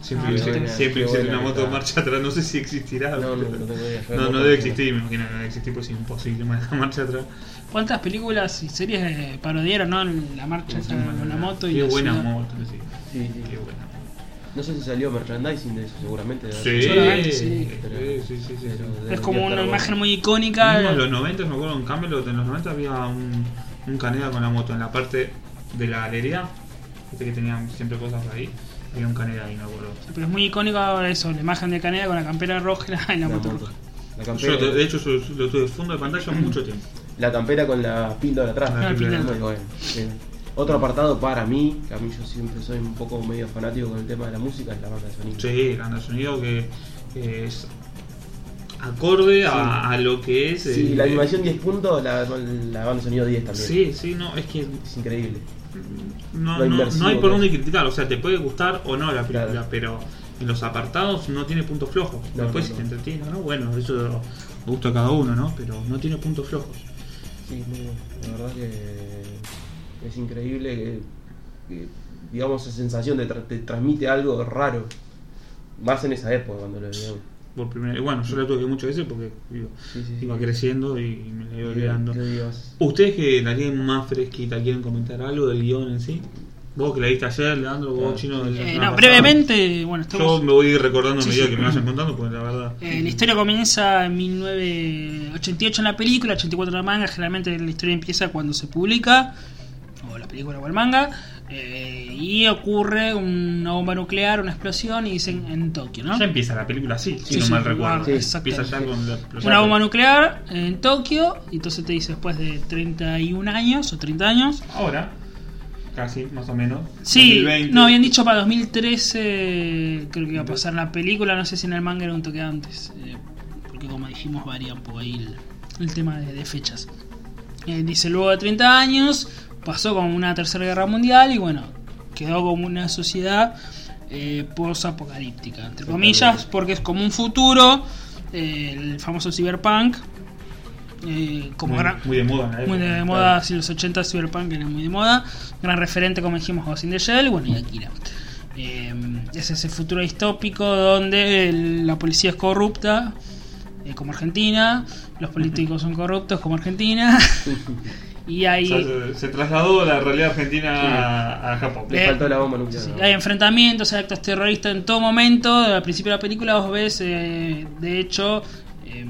[SPEAKER 1] Siempre
[SPEAKER 2] Ah,
[SPEAKER 1] quise-
[SPEAKER 2] qué buena,
[SPEAKER 1] siempre
[SPEAKER 3] qué
[SPEAKER 1] quise
[SPEAKER 3] buena
[SPEAKER 1] una
[SPEAKER 3] que
[SPEAKER 1] moto de
[SPEAKER 3] está.
[SPEAKER 1] marcha atrás. No sé si existirá.
[SPEAKER 3] No, no, no tengo idea.
[SPEAKER 1] No, no debe existir, me imagino. No debe existir, pues es imposible manejar marcha atrás.
[SPEAKER 2] ¿Cuántas películas y series eh, parodiaron ¿no? la marcha esa con la moto y
[SPEAKER 1] Qué
[SPEAKER 2] la
[SPEAKER 1] buena
[SPEAKER 2] ciudad?
[SPEAKER 1] moto, sí.
[SPEAKER 3] Sí, sí.
[SPEAKER 1] Qué buena moto.
[SPEAKER 3] No sé si salió merchandising de eso, seguramente.
[SPEAKER 1] Sí,
[SPEAKER 2] Solamente,
[SPEAKER 1] sí,
[SPEAKER 2] sí.
[SPEAKER 1] sí, sí, sí, sí.
[SPEAKER 2] Es como una imagen muy
[SPEAKER 1] Mismo
[SPEAKER 2] icónica.
[SPEAKER 1] en los 90, me acuerdo en Camelot, en los 90 había un, un Caneda con la moto en la parte de la galería. Viste que tenían siempre cosas ahí. Había un Caneda ahí, me acuerdo.
[SPEAKER 2] Pero es muy icónico ahora eso, la imagen de Caneda con la campera roja y la, y la moto roja.
[SPEAKER 3] La
[SPEAKER 1] Yo,
[SPEAKER 3] campera,
[SPEAKER 1] de de hecho, yo- yo lo tuve de fondo de pantalla mucho tiempo.
[SPEAKER 3] la campera con la píldora atrás.
[SPEAKER 1] Ah, píldora.
[SPEAKER 3] Muy bueno. Sí. Otro apartado para mí, que a mí yo siempre soy un poco medio fanático con el tema de la música, es la banda de sonido.
[SPEAKER 1] Sí, el anda sonido que eh, es acorde a, a lo que es.
[SPEAKER 3] Sí,
[SPEAKER 1] eh,
[SPEAKER 3] la animación 10 puntos, la, la banda de sonido 10 también.
[SPEAKER 1] Sí, sí, no, es que
[SPEAKER 3] Es increíble.
[SPEAKER 1] no,
[SPEAKER 3] Lo
[SPEAKER 1] no,
[SPEAKER 3] inversivo
[SPEAKER 1] no hay por
[SPEAKER 3] que
[SPEAKER 1] dónde
[SPEAKER 3] es.
[SPEAKER 1] criticar, o sea, te puede gustar o no la película,
[SPEAKER 3] Claro.
[SPEAKER 1] pero en los apartados no tiene puntos flojos.
[SPEAKER 3] No,
[SPEAKER 1] Después
[SPEAKER 3] no,
[SPEAKER 1] si
[SPEAKER 3] no.
[SPEAKER 1] te entretiene o no, bueno, eso gusto a cada uno, ¿no? Pero no tiene puntos flojos.
[SPEAKER 3] Sí, muy bueno. La verdad que es increíble que, que, digamos, esa sensación de tra- te transmite algo raro. Más en esa época cuando lo veíamos.
[SPEAKER 1] Por primera, y bueno, yo la tuve que muchas veces porque digo,
[SPEAKER 3] Sí, sí, sí.
[SPEAKER 1] iba creciendo y me la iba
[SPEAKER 3] ¿Qué-
[SPEAKER 1] olvidando.
[SPEAKER 3] qué digas?
[SPEAKER 1] Ustedes que la tienen más fresquita, ¿quieren comentar algo del guión en sí? Vos que la viste ayer, Leandro, vos
[SPEAKER 3] Claro.
[SPEAKER 1] chino. de la
[SPEAKER 2] Eh, no,
[SPEAKER 1] semana pasada.
[SPEAKER 2] brevemente, bueno, estamos.
[SPEAKER 1] Yo me voy a ir recordando
[SPEAKER 2] Sí,
[SPEAKER 1] a medida
[SPEAKER 2] sí.
[SPEAKER 1] que me vayan contando, porque la verdad.
[SPEAKER 2] Eh, la historia comienza en 1988 en la película, 84 en el manga. Generalmente la historia empieza cuando se publica, o la película o el manga. eh, y ocurre una bomba nuclear, una explosión, y dicen en Tokio, ¿no?
[SPEAKER 1] Ya empieza la película así, si
[SPEAKER 2] Sí,
[SPEAKER 1] no
[SPEAKER 2] sí,
[SPEAKER 1] mal
[SPEAKER 2] sí,
[SPEAKER 1] recuerdo.
[SPEAKER 2] sí,
[SPEAKER 1] empieza ya
[SPEAKER 2] exactamente.
[SPEAKER 1] con la
[SPEAKER 2] Una
[SPEAKER 1] explosión.
[SPEAKER 2] bomba nuclear en Tokio, y entonces te dice después de 31 años o 30 años.
[SPEAKER 1] Ahora, casi, más o menos.
[SPEAKER 2] Sí,
[SPEAKER 1] 2020.
[SPEAKER 2] no, habían dicho para 2013, creo que iba a pasar la película, no sé si en el manga era un toque antes, eh, porque como dijimos varía un poco ahí el, el tema de, de fechas. Eh, dice luego de 30 años, pasó como una tercera guerra mundial y bueno, quedó como una sociedad eh, posapocalíptica, entre comillas, porque es como un futuro, eh, el famoso cyberpunk, eh, como
[SPEAKER 1] muy,
[SPEAKER 2] gran-
[SPEAKER 1] muy de moda en la época.
[SPEAKER 2] muy de moda, si los 80 Cyberpunk era muy de moda. Gran referente, como dijimos, Ghost in the Shell, bueno, y Akira. Eh, es ese futuro distópico donde el- la policía es corrupta, eh, como Argentina, los políticos son corruptos, como Argentina, y
[SPEAKER 1] O sea,
[SPEAKER 2] hay,
[SPEAKER 1] se, se trasladó la realidad argentina a, a Japón.
[SPEAKER 3] Le
[SPEAKER 2] Eh,
[SPEAKER 3] faltó la bomba nuclear. ¿no?
[SPEAKER 2] hay enfrentamientos, hay actos terroristas en todo momento. Al principio de la película vos ves, eh, de hecho, eh,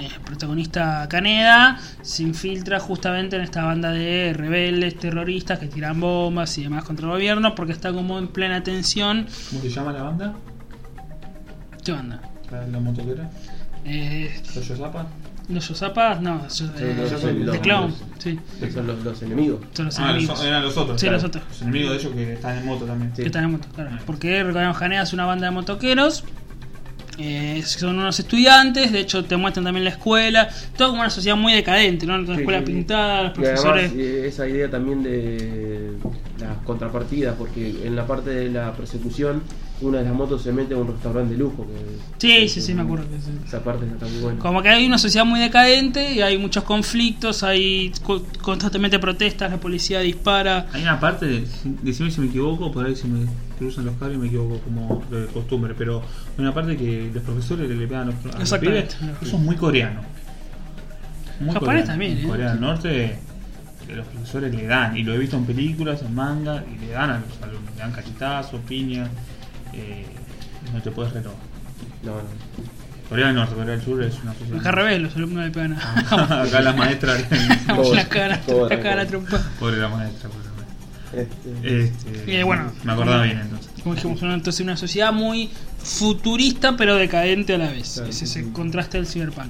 [SPEAKER 2] eh, protagonista Caneda se infiltra justamente en esta banda de rebeldes, terroristas que tiran bombas y demás contra el gobierno porque está como en plena tensión.
[SPEAKER 1] ¿Cómo se llama la banda?
[SPEAKER 2] ¿Qué onda?
[SPEAKER 1] ¿La, la motoquera?
[SPEAKER 2] Eh,
[SPEAKER 1] ¿Los Yosapa?
[SPEAKER 2] ¿Los Yosapas? No, yo- eh,
[SPEAKER 3] los
[SPEAKER 2] The
[SPEAKER 3] Yosapas.
[SPEAKER 2] Clown, sí.
[SPEAKER 3] Que son los, los enemigos.
[SPEAKER 2] Son los
[SPEAKER 1] Ah, los,
[SPEAKER 2] enemigos.
[SPEAKER 1] eran los otros.
[SPEAKER 2] Sí,
[SPEAKER 1] claro.
[SPEAKER 2] los otros.
[SPEAKER 1] Los enemigos de ellos que están en moto también.
[SPEAKER 3] Sí.
[SPEAKER 2] que están en moto, claro. Porque recordemos Janea es una banda de motoqueros. eh, son unos estudiantes, de hecho te muestran también la escuela, todo como una sociedad muy decadente, ¿no? Una
[SPEAKER 3] Sí,
[SPEAKER 2] escuela
[SPEAKER 3] sí, sí.
[SPEAKER 2] pintada, los
[SPEAKER 3] Y además
[SPEAKER 2] profesores.
[SPEAKER 3] eh, esa idea también de las contrapartidas, porque en la parte de la persecución, una de las motos se mete a un restaurante de lujo. que-
[SPEAKER 2] Sí,
[SPEAKER 3] que-
[SPEAKER 2] sí, sí, me acuerdo. que sí.
[SPEAKER 3] Esa parte está muy buena.
[SPEAKER 2] Como que hay una sociedad muy decadente y hay muchos conflictos, hay co- constantemente protestas, la policía dispara.
[SPEAKER 1] Hay una parte, de- decime si me equivoco, por ahí se me cruzan los cables y me equivoco como de costumbre, pero hay una parte que los profesores le pegan a los, a los
[SPEAKER 2] Exactamente.
[SPEAKER 1] pibes, eso es muy coreano. Muy
[SPEAKER 2] Japonés también,
[SPEAKER 1] En
[SPEAKER 2] ¿eh?
[SPEAKER 1] Corea del Norte que los profesores le dan, y lo he visto en películas, en manga, y le dan a los alumnos, le dan cachetazos, piña, eh, no te puedes renovar.
[SPEAKER 3] No, no.
[SPEAKER 1] Corea del Norte, Corea del Sur es una sociedad.
[SPEAKER 2] Acá al revés, los alumnos le pegan a
[SPEAKER 1] Acá las maestras.
[SPEAKER 2] la cara,
[SPEAKER 3] Cobra,
[SPEAKER 2] la cara
[SPEAKER 3] cobra.
[SPEAKER 2] trompa.
[SPEAKER 1] Pobre la maestra, pobre la maestra.
[SPEAKER 3] Este,
[SPEAKER 1] Este,
[SPEAKER 2] Eh, bueno.
[SPEAKER 1] me acordaba bien entonces.
[SPEAKER 2] Como dijimos, una- entonces una sociedad muy futurista pero decadente a la vez.
[SPEAKER 3] Claro,
[SPEAKER 2] es
[SPEAKER 3] sí,
[SPEAKER 2] ese
[SPEAKER 3] sí.
[SPEAKER 2] contraste del cyberpunk.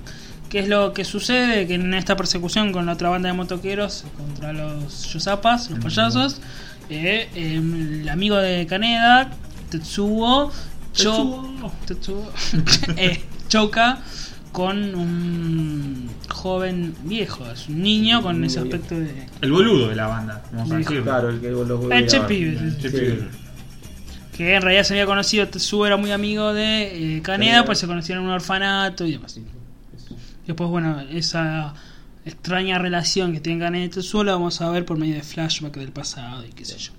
[SPEAKER 2] ¿Qué es lo que sucede? Que en esta persecución con la otra banda de motoqueros contra los yosapas, los
[SPEAKER 1] Mm.
[SPEAKER 2] payasos, eh, eh, el amigo de Kaneda, Tetsuo, cho- Tetsuo, eh, choca con un joven viejo, es un niño con
[SPEAKER 3] Un
[SPEAKER 2] ese
[SPEAKER 3] niño
[SPEAKER 2] aspecto de...
[SPEAKER 1] El boludo de la banda, vamos a
[SPEAKER 2] Sí,
[SPEAKER 1] decirlo.
[SPEAKER 3] Claro, el que vos los
[SPEAKER 2] El che
[SPEAKER 3] golpeaba.
[SPEAKER 2] pibe,
[SPEAKER 1] El che
[SPEAKER 3] Sí.
[SPEAKER 1] pibe.
[SPEAKER 2] que en realidad se había conocido, Tetsuo era muy amigo de eh, Caneda,
[SPEAKER 3] Caneda.
[SPEAKER 2] pues se conocieron en un orfanato y demás.
[SPEAKER 3] Sí, sí.
[SPEAKER 2] Después, bueno, esa extraña relación que tienen Caneda y Tetsuo la vamos a ver por medio de flashback del pasado y qué sé yo.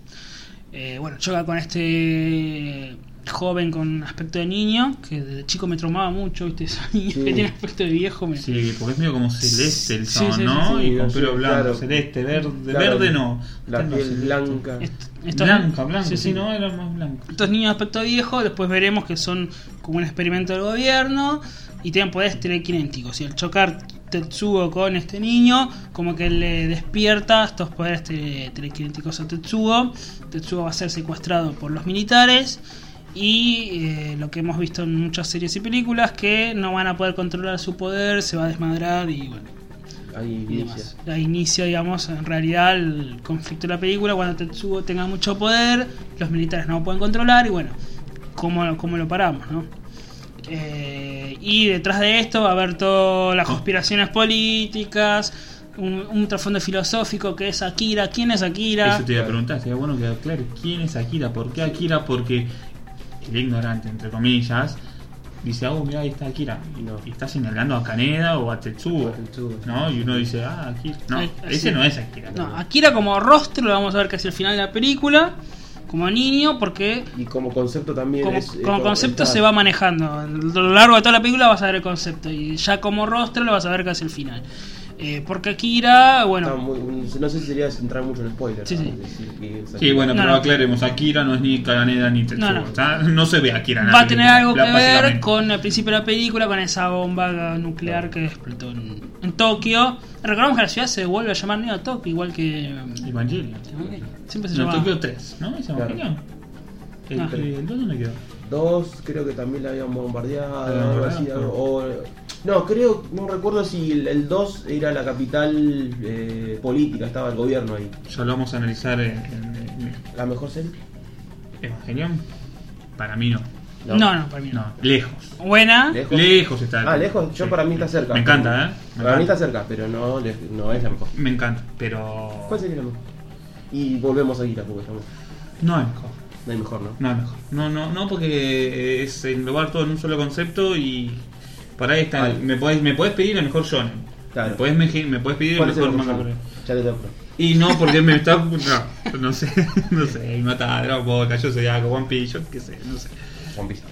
[SPEAKER 2] Eh, bueno, choca con este joven con aspecto de niño, que de chico me traumaba mucho, ¿viste? Ese niño
[SPEAKER 3] Sí.
[SPEAKER 2] que tiene aspecto de viejo. Me...
[SPEAKER 1] Sí, porque es medio como celeste el
[SPEAKER 2] Sí,
[SPEAKER 1] son,
[SPEAKER 2] sí,
[SPEAKER 1] ¿no?
[SPEAKER 3] sí, sí,
[SPEAKER 1] y con
[SPEAKER 3] sí,
[SPEAKER 1] pelo blanco,
[SPEAKER 3] claro.
[SPEAKER 1] celeste, verde,
[SPEAKER 3] Claro,
[SPEAKER 1] verde no.
[SPEAKER 3] La
[SPEAKER 1] Está
[SPEAKER 3] piel
[SPEAKER 1] celeste.
[SPEAKER 3] blanca.
[SPEAKER 2] Est- estos-
[SPEAKER 1] Blanca, blanca,
[SPEAKER 2] sí,
[SPEAKER 1] sí,
[SPEAKER 2] sí.
[SPEAKER 1] no, era más blanca.
[SPEAKER 2] Estos niños de aspecto viejo, después veremos que son como un experimento del gobierno y tienen poderes telequinéticos. Y al chocar Tetsuo con este niño, como que le despierta estos poderes tele- telequinéticos a Tetsuo. Tetsuo va a ser secuestrado por los militares. Y eh, lo que hemos visto en muchas series y películas, que no van a poder controlar su poder, se va a desmadrar y bueno,
[SPEAKER 1] Este
[SPEAKER 2] y
[SPEAKER 3] Ahí inicia.
[SPEAKER 2] demás. Ahí inicia, digamos, en realidad el conflicto de la película cuando Tetsuo tenga mucho poder, los militares no lo pueden controlar y bueno, ¿cómo, cómo lo paramos, no? Eh, y detrás de esto va a haber todas las conspiraciones políticas, un, un trasfondo filosófico que es Akira. ¿Quién es Akira?
[SPEAKER 1] Eso te iba a preguntar, estaría bueno que aclare quién es Akira, por qué Akira, porque el ignorante, entre comillas, dice, ah, oh, mira, ahí está Akira. Y,
[SPEAKER 3] No.
[SPEAKER 1] y está señalando a Kaneda o a Tetsuo,
[SPEAKER 3] A Tetsuo.
[SPEAKER 1] ¿no? Y uno dice, ah, Akira. No,
[SPEAKER 2] Ay, así.
[SPEAKER 1] ese no es Akira.
[SPEAKER 2] No, Akira como rostro lo vamos a ver casi al final de la película, como niño, porque
[SPEAKER 3] Y como concepto también
[SPEAKER 2] como,
[SPEAKER 3] es- es
[SPEAKER 2] como concepto
[SPEAKER 3] está-
[SPEAKER 2] se va manejando. A lo largo de toda la película vas a ver el concepto. Y ya como rostro lo vas a ver casi el final. Eh, porque Akira,
[SPEAKER 3] está
[SPEAKER 2] bueno.
[SPEAKER 3] muy- un- no sé si sería entrar mucho en spoiler.
[SPEAKER 2] Sí,
[SPEAKER 3] ¿no?
[SPEAKER 2] sí.
[SPEAKER 3] Decir que es
[SPEAKER 1] Sí, bueno,
[SPEAKER 2] No,
[SPEAKER 1] pero
[SPEAKER 2] no.
[SPEAKER 1] aclaremos, Akira no es ni Kaneda ni Tetsuo.
[SPEAKER 2] No,
[SPEAKER 1] No,
[SPEAKER 2] no.
[SPEAKER 1] no se ve Akira. en la
[SPEAKER 2] Va a tener
[SPEAKER 1] película,
[SPEAKER 2] algo que ver
[SPEAKER 1] básicamente.
[SPEAKER 2] con el principio de la película, con esa bomba nuclear que explotó en, en Tokio. Recordamos que la ciudad se vuelve a llamar Neo Tokio, igual que.
[SPEAKER 1] Evangelion.
[SPEAKER 2] Siempre se
[SPEAKER 1] No,
[SPEAKER 2] llama. Ah.
[SPEAKER 1] Tokio 3, ¿no? ¿Es
[SPEAKER 3] Claro.
[SPEAKER 1] Evangelion? El,
[SPEAKER 2] Ajá.
[SPEAKER 1] el 2 dónde quedó?
[SPEAKER 3] Dos, creo que también la habían bombardeado,
[SPEAKER 1] La
[SPEAKER 3] algo así,
[SPEAKER 1] bombardearon,
[SPEAKER 3] algo- o- no, creo, no recuerdo si el, el 2 era la capital eh, política, estaba el gobierno ahí.
[SPEAKER 1] Ya lo vamos a analizar en, en-
[SPEAKER 3] ¿La mejor serie?
[SPEAKER 1] en Evangelion. Para mí no.
[SPEAKER 2] No, no, para mí no.
[SPEAKER 1] No, lejos.
[SPEAKER 2] Buena.
[SPEAKER 3] Lejos.
[SPEAKER 1] Lejos está.
[SPEAKER 3] Ah, lejos, yo
[SPEAKER 1] Sí.
[SPEAKER 3] para mí está cerca.
[SPEAKER 1] Me encanta, ¿eh? Me
[SPEAKER 3] Para mí
[SPEAKER 1] encanta.
[SPEAKER 3] está cerca, pero no, le- no es la mejor.
[SPEAKER 1] Me encanta, pero.
[SPEAKER 3] ¿Cuál sería la mejor? Y volvemos a Guita, porque estamos.
[SPEAKER 1] No es mejor.
[SPEAKER 3] No hay mejor, ¿no?
[SPEAKER 1] No es mejor. No, no, no, porque eh, es englobar todo en un solo concepto y. Por ahí está.
[SPEAKER 3] Ay.
[SPEAKER 1] Me podés, me podés pedir el mejor shonen.
[SPEAKER 3] Claro.
[SPEAKER 1] Me podés, meje- me podés pedir el
[SPEAKER 3] ¿Cuál es
[SPEAKER 1] mejor
[SPEAKER 3] el
[SPEAKER 1] manga.
[SPEAKER 3] mejor?
[SPEAKER 1] por ahí.
[SPEAKER 3] Ya te toco.
[SPEAKER 1] Y no, porque me está. No, no sé, no sé. Y mata a Dragon Ball, yo soy algo, One Piece, yo qué sé, no sé.
[SPEAKER 3] One Piece.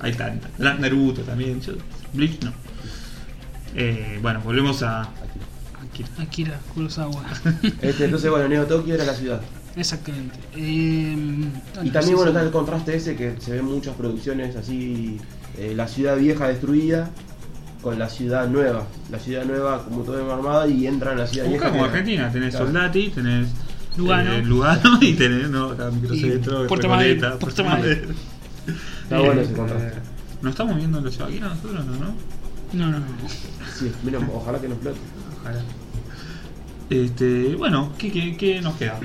[SPEAKER 1] Hay tanta. La- Naruto también, yo. Bleach no. Eh, bueno, volvemos a.
[SPEAKER 3] Aquí.
[SPEAKER 1] Aquí.
[SPEAKER 2] Akira, Kurosawa.
[SPEAKER 3] Este, entonces, bueno, Neo Tokio era la ciudad.
[SPEAKER 2] Exactamente. Eh,
[SPEAKER 3] Y también, bueno, está el contraste ese que se ven muchas producciones así, eh, la ciudad vieja destruida, con la ciudad nueva. La ciudad nueva, como todo es armada, y entra en la ciudad
[SPEAKER 1] Busca
[SPEAKER 3] vieja.
[SPEAKER 1] como
[SPEAKER 3] que-
[SPEAKER 1] Argentina, tenés
[SPEAKER 3] Claro.
[SPEAKER 1] Soldati, tenés
[SPEAKER 2] Lugano.
[SPEAKER 1] eh, Lugano y tenés no, acá
[SPEAKER 2] Y
[SPEAKER 1] Microcentro,
[SPEAKER 2] Puerto Madryn,
[SPEAKER 1] Recoleta,
[SPEAKER 2] Puerto Madryn.
[SPEAKER 1] Madryn.
[SPEAKER 3] Está bueno ese
[SPEAKER 1] Eh,
[SPEAKER 3] contraste.
[SPEAKER 1] ¿No estamos viendo los chavaquinos nosotros, no? no?
[SPEAKER 2] No, no, no.
[SPEAKER 3] Sí, mira, ojalá que no explote.
[SPEAKER 1] Ojalá. Este, bueno, ¿qué, qué, qué nos queda?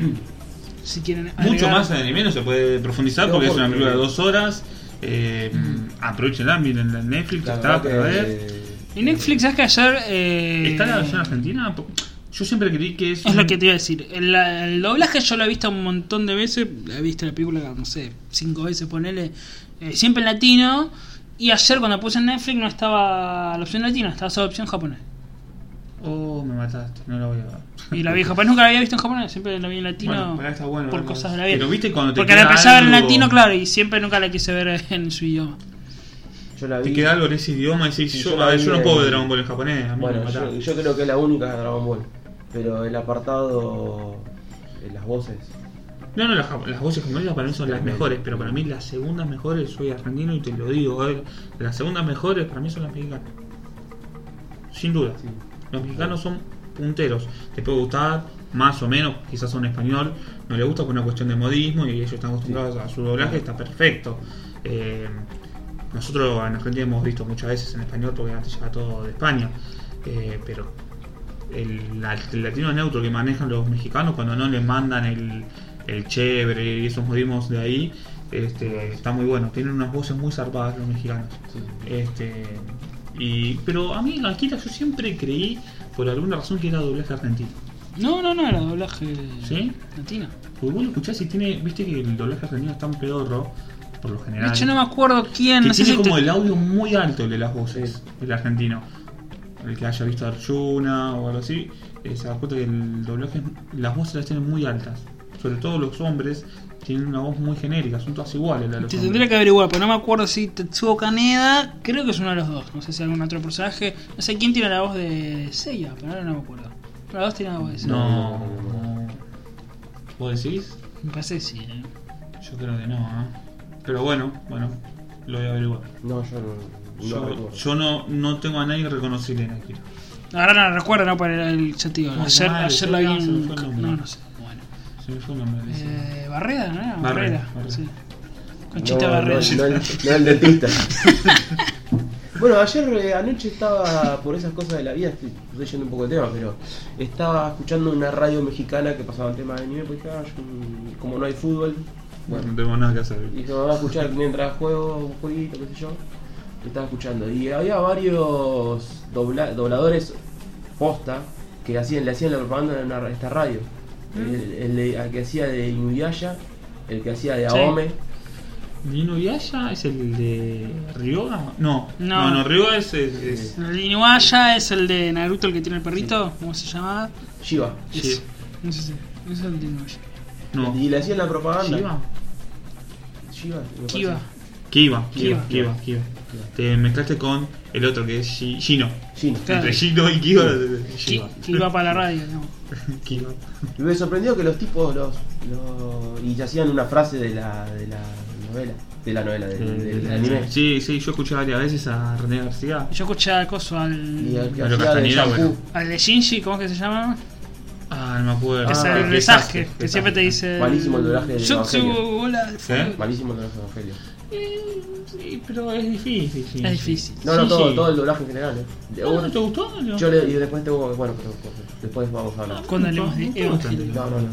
[SPEAKER 2] Si quieren agregar-
[SPEAKER 1] Mucho más de anime no se puede profundizar porque
[SPEAKER 3] No,
[SPEAKER 1] es una
[SPEAKER 3] porque-
[SPEAKER 1] película de dos horas. Eh, aprovechenla, miren en Netflix,
[SPEAKER 3] Mm. La
[SPEAKER 1] está
[SPEAKER 3] verdad
[SPEAKER 1] para ver.
[SPEAKER 3] que- eh,
[SPEAKER 2] Y Netflix es que ayer. eh,
[SPEAKER 1] ¿Está la versión argentina? Po- Yo siempre creí que es.
[SPEAKER 2] Es
[SPEAKER 1] un-
[SPEAKER 2] lo que te iba a decir. El, la- el doblaje yo lo he visto un montón de veces. La he visto la película, no sé, cinco veces, ponele. eh, siempre en latino. Y ayer cuando puse en Netflix no estaba la opción latina, estaba solo la opción japonés.
[SPEAKER 1] Oh, me mataste, no la voy a ver.
[SPEAKER 2] Y la vi en japonés, nunca la había visto en japonés, siempre la vi en latino.
[SPEAKER 1] Bueno, pero está bueno,
[SPEAKER 2] por
[SPEAKER 1] ¿no?
[SPEAKER 2] cosas de la vida.
[SPEAKER 1] Pero viste cuando te
[SPEAKER 2] Porque la
[SPEAKER 1] queda
[SPEAKER 2] empecé a ver en
[SPEAKER 1] algo-
[SPEAKER 2] latino, claro, y siempre nunca la quise ver en su idioma.
[SPEAKER 3] Yo la vi.
[SPEAKER 1] Te queda algo en ese idioma y decís,
[SPEAKER 3] Sí,
[SPEAKER 1] yo,
[SPEAKER 3] yo la
[SPEAKER 1] a ver,
[SPEAKER 3] vi
[SPEAKER 1] yo no
[SPEAKER 3] en-
[SPEAKER 1] puedo ver Dragon Ball en japonés, a mí me
[SPEAKER 3] Bueno,
[SPEAKER 1] mataste.
[SPEAKER 3] yo, yo creo que es la única de Dragon Ball. Pero el apartado. eh, las voces.
[SPEAKER 1] No, no, las, jap- las voces japonesas para mí son las mejores, pero para mí las segundas mejores, soy argentino y te lo digo, eh, las segundas mejores para mí son las mexicanas. Sin duda.
[SPEAKER 3] Sí.
[SPEAKER 1] Los mexicanos son punteros. Te puede gustar, más o menos, quizás son español, no le gusta por una cuestión de modismo y ellos están acostumbrados a su doblaje, está perfecto. Eh, nosotros en Argentina hemos visto muchas veces en español porque antes llega todo de España, eh, pero el, la- el latino neutro que manejan los mexicanos cuando no le mandan el, el chévere y esos modismos de ahí, este, está muy bueno. Tienen unas voces muy zarpadas los mexicanos.
[SPEAKER 3] Sí.
[SPEAKER 1] Este, y, pero a mí en Akira yo siempre creí, por alguna razón, que era doblaje argentino.
[SPEAKER 2] No, no, no, era doblaje
[SPEAKER 1] ¿Sí?
[SPEAKER 2] latino.
[SPEAKER 1] Porque vos lo escuchás y tiene, viste que el doblaje argentino es tan pedorro, por lo general.
[SPEAKER 2] Yo no me acuerdo quién,
[SPEAKER 1] que
[SPEAKER 2] no sé
[SPEAKER 1] tiene
[SPEAKER 2] si este
[SPEAKER 1] como
[SPEAKER 2] te-
[SPEAKER 1] el audio muy alto el de las voces,
[SPEAKER 3] Sí.
[SPEAKER 1] el argentino. El que haya visto Arjuna o algo así, eh, se da cuenta que el doblaje, es- las voces las tienen muy altas. Sobre todo los hombres tienen una voz muy genérica, son todas iguales. las de los
[SPEAKER 2] Te
[SPEAKER 1] hombres.
[SPEAKER 2] tendría que averiguar, pero no me acuerdo si Tetsuo Kaneda, creo que es uno de los dos, no sé si algún otro personaje, no sé quién tiene la voz de Seiya, pero ahora no me acuerdo. Los dos tienen la voz de Seiya.
[SPEAKER 1] No, no. ¿Vos decís?
[SPEAKER 2] Me parece que sí. ¿eh?
[SPEAKER 1] Yo creo que no, ¿eh? Pero bueno, bueno, lo voy a averiguar.
[SPEAKER 3] No, yo no. no
[SPEAKER 1] Yo,
[SPEAKER 3] recuerdo.
[SPEAKER 1] yo no, no tengo a nadie reconocible en Akira.
[SPEAKER 2] Ahora no la recuerdo, no, por el ya te digo,
[SPEAKER 1] Ay,
[SPEAKER 2] ayer,
[SPEAKER 1] madre,
[SPEAKER 2] ayer la vi
[SPEAKER 1] se me
[SPEAKER 2] en...
[SPEAKER 1] fue el nombre.
[SPEAKER 2] No, no sé, bueno.
[SPEAKER 1] Se me fue el nombre de ese.
[SPEAKER 2] Eh, Barreda, ¿no? era?
[SPEAKER 1] Barreda,
[SPEAKER 2] Barrera,
[SPEAKER 1] Barreda.
[SPEAKER 2] sí.
[SPEAKER 3] No,
[SPEAKER 2] Conchita
[SPEAKER 3] no,
[SPEAKER 2] Barrera.
[SPEAKER 3] no el, no el dentista. bueno, ayer eh, anoche estaba, por esas cosas de la vida, estoy leyendo un poco de tema, pero estaba escuchando una radio mexicana que pasaban temas de anime, pues dije, ah, yo, mm, como no hay fútbol,
[SPEAKER 1] Bueno, no tengo nada que hacer.
[SPEAKER 3] y dije, vamos a escuchar mientras juego, un jueguito, qué sé yo, y estaba escuchando. Y había varios dobla- dobladores posta que hacían, le hacían la propaganda en una ra- esta radio.
[SPEAKER 1] Mm.
[SPEAKER 3] El, el de- al que hacía de Inuyasha, el que hacía de
[SPEAKER 2] Sí.
[SPEAKER 3] Aome.
[SPEAKER 1] ¿Nino Yasha es el de Ryoga? No, no,
[SPEAKER 2] No.
[SPEAKER 1] no, Ryoga es. es, es-
[SPEAKER 2] El Inuaya es el de Naruto, el que tiene el perrito, ¿cómo se llama?
[SPEAKER 3] Shiva.
[SPEAKER 1] Sí.
[SPEAKER 2] Es- No sé si. ese Es el de Inuaya.
[SPEAKER 1] No.
[SPEAKER 3] Y le hacían la propaganda.
[SPEAKER 1] ¿Kiba?
[SPEAKER 3] Shiva, me parece.
[SPEAKER 2] Kiba.
[SPEAKER 1] Kiba,
[SPEAKER 2] Kiba.
[SPEAKER 1] Kiba, Kiba, Kiba. Te mezclaste con el otro que es Shi- Shino.
[SPEAKER 3] Chino.
[SPEAKER 2] Claro.
[SPEAKER 1] Entre Shino y Kiba, Shiba.
[SPEAKER 2] Ki- Kiba para la radio, no.
[SPEAKER 1] Kiba.
[SPEAKER 3] Y me sorprendió que los tipos los, los- y hacían una frase de la, de la novela. De la novela, del, del anime.
[SPEAKER 1] Mm. Sí, sí, yo escuché varias veces a René García.
[SPEAKER 2] Yo escuché a Coso
[SPEAKER 3] Y al
[SPEAKER 2] al.
[SPEAKER 3] que
[SPEAKER 1] Pero
[SPEAKER 3] hacía de
[SPEAKER 1] Castañeda,
[SPEAKER 3] shampoo.
[SPEAKER 1] bueno.
[SPEAKER 2] Al de Shinji, ¿cómo es que se llama?
[SPEAKER 1] Ah, no me acuerdo.
[SPEAKER 2] es
[SPEAKER 3] Ah,
[SPEAKER 2] el mensaje,
[SPEAKER 3] qué desastre,
[SPEAKER 2] que siempre te dice.
[SPEAKER 3] Malísimo el doblaje de Evangelio.
[SPEAKER 2] Jutsu, hola.
[SPEAKER 1] ¿Eh?
[SPEAKER 3] Malísimo el doblaje de Evangelio.
[SPEAKER 1] Eh, Sí, pero es difícil. sí.
[SPEAKER 2] Es difícil.
[SPEAKER 3] No, no,
[SPEAKER 1] Sí,
[SPEAKER 3] todo,
[SPEAKER 1] sí.
[SPEAKER 3] todo el doblaje en general. ¿eh? De-
[SPEAKER 1] No, ¿No te gustó? No.
[SPEAKER 3] yo le, y después tengo. Bueno, pero después vamos a hablar.
[SPEAKER 2] Cuando hablemos de
[SPEAKER 1] No, no,
[SPEAKER 2] Evangelio.
[SPEAKER 3] No, no, no.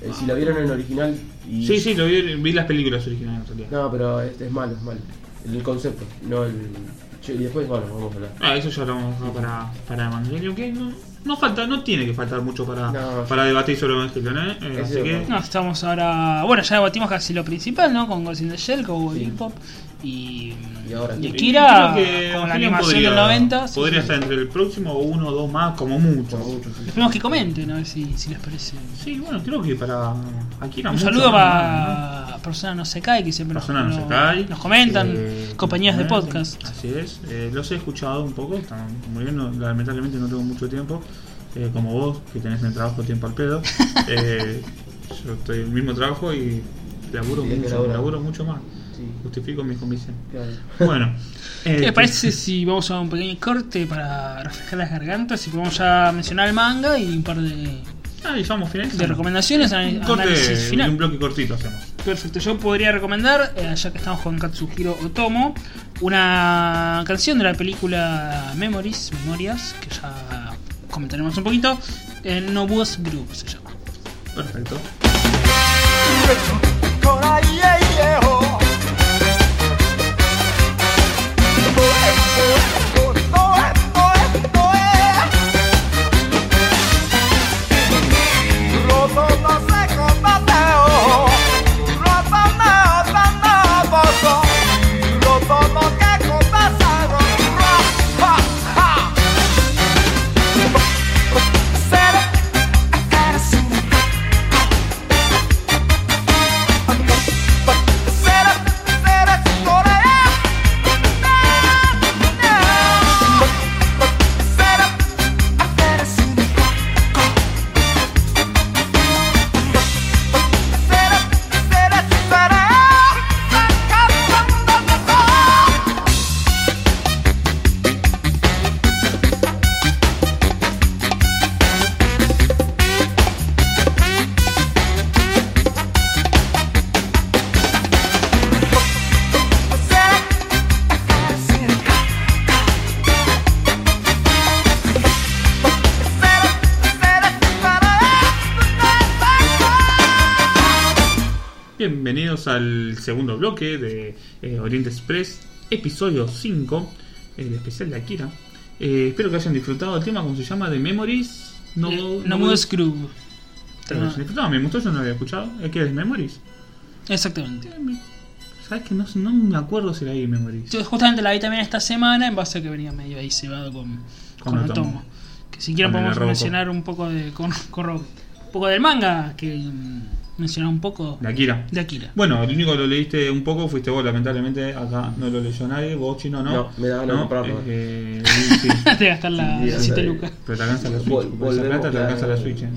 [SPEAKER 3] Eh, si lo vieron en original. Y,
[SPEAKER 1] Sí, sí, lo vi, vi las películas originales en realidad.
[SPEAKER 3] No, pero este es malo, es malo. El, concepto, no el. yo- y después, bueno, vamos a hablar.
[SPEAKER 1] Ah, eso ya lo vamos a dejar para, para Evangelio, que no, no falta, no tiene que faltar mucho para,
[SPEAKER 3] No.
[SPEAKER 1] para debatir sobre Evangelio, ¿no? Eh,
[SPEAKER 3] Es
[SPEAKER 1] así que.
[SPEAKER 3] cierto.
[SPEAKER 2] No, estamos ahora. Bueno, ya debatimos casi lo principal, ¿no? Con Ghost in the Shell, con
[SPEAKER 3] Sí.
[SPEAKER 2] Hip Hop y.
[SPEAKER 3] Y ahora
[SPEAKER 2] Y
[SPEAKER 3] sí.
[SPEAKER 2] Akira,
[SPEAKER 1] creo que
[SPEAKER 2] con la
[SPEAKER 1] Evangelion
[SPEAKER 2] animación del 90. sí,
[SPEAKER 1] Podría
[SPEAKER 2] sí.
[SPEAKER 1] estar entre el próximo o uno o dos más, como mucho.
[SPEAKER 3] Como mucho, sí.
[SPEAKER 2] Esperemos que comenten, a ver si, si les parece.
[SPEAKER 1] Sí, bueno, creo que para Akira.
[SPEAKER 2] Un
[SPEAKER 1] mucho
[SPEAKER 2] saludo
[SPEAKER 1] más,
[SPEAKER 2] para Persona No Se Cae, que siempre
[SPEAKER 1] ¿no?
[SPEAKER 2] nos,
[SPEAKER 1] Persona no
[SPEAKER 2] nos-
[SPEAKER 1] se cae.
[SPEAKER 2] nos comentan,
[SPEAKER 1] eh,
[SPEAKER 2] compañías de
[SPEAKER 1] comentan.
[SPEAKER 2] podcast.
[SPEAKER 1] Así es, eh, los he escuchado un poco, están muy bien, no- lamentablemente no tengo mucho tiempo, eh, como vos, que tenés en el trabajo tiempo al pedo. Eh, yo estoy en el mismo trabajo y laburo
[SPEAKER 3] Sí, es que
[SPEAKER 1] mucho,
[SPEAKER 3] labura.
[SPEAKER 1] laburo mucho más.
[SPEAKER 3] Sí,
[SPEAKER 1] Justifico mis convicciones.
[SPEAKER 3] claro.
[SPEAKER 1] Bueno.
[SPEAKER 2] ¿Qué
[SPEAKER 1] este,
[SPEAKER 2] les parece si vamos a un pequeño corte para refrescar las gargantas y podemos ya mencionar el manga y un par de,
[SPEAKER 1] Ah, y vamos finalizando.
[SPEAKER 2] de recomendaciones,
[SPEAKER 1] Un
[SPEAKER 2] ana-
[SPEAKER 1] corte,
[SPEAKER 2] análisis
[SPEAKER 1] un
[SPEAKER 2] final?
[SPEAKER 1] bloque cortito hacemos.
[SPEAKER 2] Perfecto, yo podría recomendar, eh, ya que estamos con Katsuhiro Otomo, una canción de la película Memories, Memorias, que ya comentaremos un poquito, en Nobuo's Group se llama.
[SPEAKER 1] Perfecto.
[SPEAKER 4] こらいえいえを燃え燃え燃え燃え燃えロソのセコバテをロソナーサナーボソロソのケコバサゴラハハセレカラスの Será, será Corea. Será, será Singapur. Será, será Corea. Sacando de todo.
[SPEAKER 1] Bienvenidos al segundo bloque de eh, Oriente Express, episodio 5, el especial de Akira. Eh, espero que hayan disfrutado el tema, como se llama, de Memories. No,
[SPEAKER 2] Le-
[SPEAKER 1] no,
[SPEAKER 2] Eh, Nobuo's Group.
[SPEAKER 1] Espero que hayan disfrutado, me gustó, yo no lo había escuchado. ¿Eh, ¿Qué es Memories?
[SPEAKER 2] Ah,
[SPEAKER 1] Eh,
[SPEAKER 2] Exactamente.
[SPEAKER 1] Sabes que no, no me acuerdo si la vi Memories.
[SPEAKER 2] Yo justamente la vi también esta semana, en base a que venía medio ahí cebado con,
[SPEAKER 1] Con
[SPEAKER 2] con
[SPEAKER 1] Otomo.
[SPEAKER 2] Otomo. Que si quieren
[SPEAKER 1] Con el
[SPEAKER 2] podemos
[SPEAKER 1] Robocop.
[SPEAKER 2] mencionar un poco de con, con Rob- un poco del manga, que mm, mencionaba un poco
[SPEAKER 1] De Akira.
[SPEAKER 2] de Akira.
[SPEAKER 1] Bueno, el único que lo leíste un poco fuiste vos, lamentablemente. Acá no lo leyó nadie, vos chino no.
[SPEAKER 3] No, me da ganas de comprarlo.
[SPEAKER 1] Eh, sí.
[SPEAKER 2] de gastar la
[SPEAKER 3] Sí, sí,
[SPEAKER 2] 7
[SPEAKER 3] sí.
[SPEAKER 2] lucas.
[SPEAKER 1] Pero te alcanza la Switch.
[SPEAKER 3] Vol-
[SPEAKER 1] con esa
[SPEAKER 3] volvemos,
[SPEAKER 1] plata te
[SPEAKER 3] claro.
[SPEAKER 1] alcanza la Switch. eh.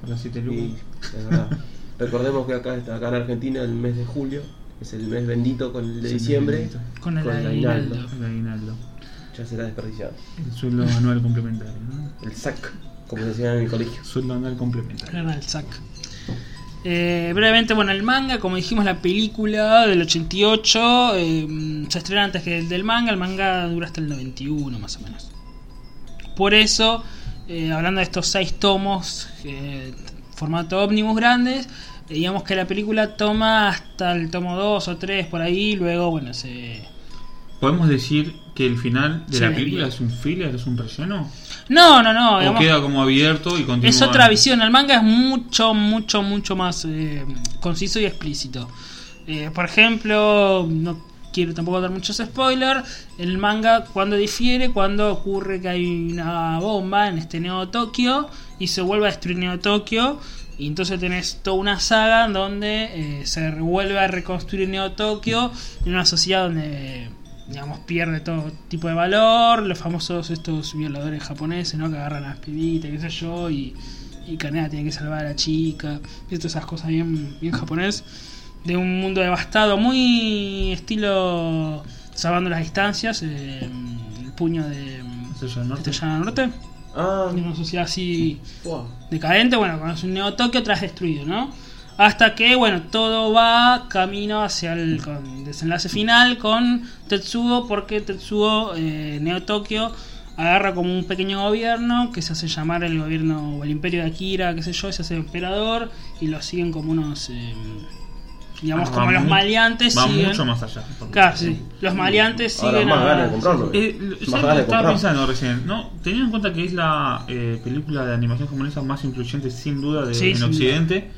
[SPEAKER 1] Con las 7 lucas.
[SPEAKER 3] Y, es verdad. Recordemos que acá, está, acá en Argentina el mes de julio es el mes bendito con el
[SPEAKER 1] Es
[SPEAKER 3] de
[SPEAKER 1] el mes
[SPEAKER 3] diciembre.
[SPEAKER 1] bendito.
[SPEAKER 2] Con el
[SPEAKER 3] aguinaldo.
[SPEAKER 2] aguinaldo.
[SPEAKER 1] El aguinaldo.
[SPEAKER 3] Ya será desperdiciado.
[SPEAKER 1] El sueldo anual complementario. ¿no?
[SPEAKER 3] El sac, como decían en mi colegio.
[SPEAKER 1] Sueldo anual complementario.
[SPEAKER 2] Era el sac. Eh, brevemente, bueno, el manga, como dijimos, la película del 88 eh, se estrena antes que el del manga. El manga dura hasta el 91, más o menos. Por eso, eh, hablando de estos seis tomos, eh, formato ómnibus grandes, eh, digamos que la película toma hasta el tomo 2 o 3 por ahí. Luego, bueno, se.
[SPEAKER 1] ¿Podemos decir que el final de
[SPEAKER 2] Se
[SPEAKER 1] la
[SPEAKER 2] desvía.
[SPEAKER 1] película es un filler, es un relleno?
[SPEAKER 2] No, no, no.
[SPEAKER 1] ¿O
[SPEAKER 2] digamos-
[SPEAKER 1] queda como abierto y continúa?
[SPEAKER 2] Es otra visión, el manga es mucho, mucho, mucho más eh, conciso y explícito. Eh, por ejemplo, no quiero tampoco dar muchos spoilers, el manga cuando difiere, cuando ocurre que hay una bomba en este Neo Tokio y se vuelve a destruir Neo Tokio. Y entonces tenés toda una saga en donde eh, se vuelve a reconstruir Neo Tokio en una sociedad donde digamos, pierde todo tipo de valor, los famosos estos violadores japoneses, ¿no? Que agarran a las pibitas, qué sé yo, y, y Kaneda tiene que salvar a la chica, y todas esas cosas bien, bien japonés, de un mundo devastado, muy estilo salvando las distancias, eh, el puño de
[SPEAKER 1] Estrella del Norte.
[SPEAKER 2] Estrella del Norte,
[SPEAKER 3] Ah,
[SPEAKER 2] de una sociedad así
[SPEAKER 3] buah.
[SPEAKER 2] decadente, bueno, cuando es un Neo Tokio tras destruido, ¿no? Hasta que, bueno, todo va camino hacia el con- desenlace final con Tetsuo, porque Tetsuo, eh, Neo Tokio, agarra como un pequeño gobierno que se hace llamar el gobierno o el imperio de Akira, qué sé yo, se hace emperador y lo siguen como unos, eh, digamos,
[SPEAKER 1] Ah, Va
[SPEAKER 2] como los
[SPEAKER 1] mu-
[SPEAKER 2] maleantes.
[SPEAKER 1] Va
[SPEAKER 2] siguen-
[SPEAKER 1] mucho más allá.
[SPEAKER 2] Claro, sí. Los maleantes
[SPEAKER 3] Ahora
[SPEAKER 2] siguen
[SPEAKER 3] más
[SPEAKER 2] a-
[SPEAKER 3] ganas de comprarlo.
[SPEAKER 1] Eh,
[SPEAKER 3] Más
[SPEAKER 1] ¿sabes
[SPEAKER 3] ganas
[SPEAKER 1] lo
[SPEAKER 3] de
[SPEAKER 1] que estaba
[SPEAKER 3] comprar.
[SPEAKER 1] pensando recién, ¿no? Teniendo en cuenta que es la eh, película de animación japonesa más influyente, sin duda, de,
[SPEAKER 2] Sí,
[SPEAKER 1] en
[SPEAKER 2] sin
[SPEAKER 1] Occidente.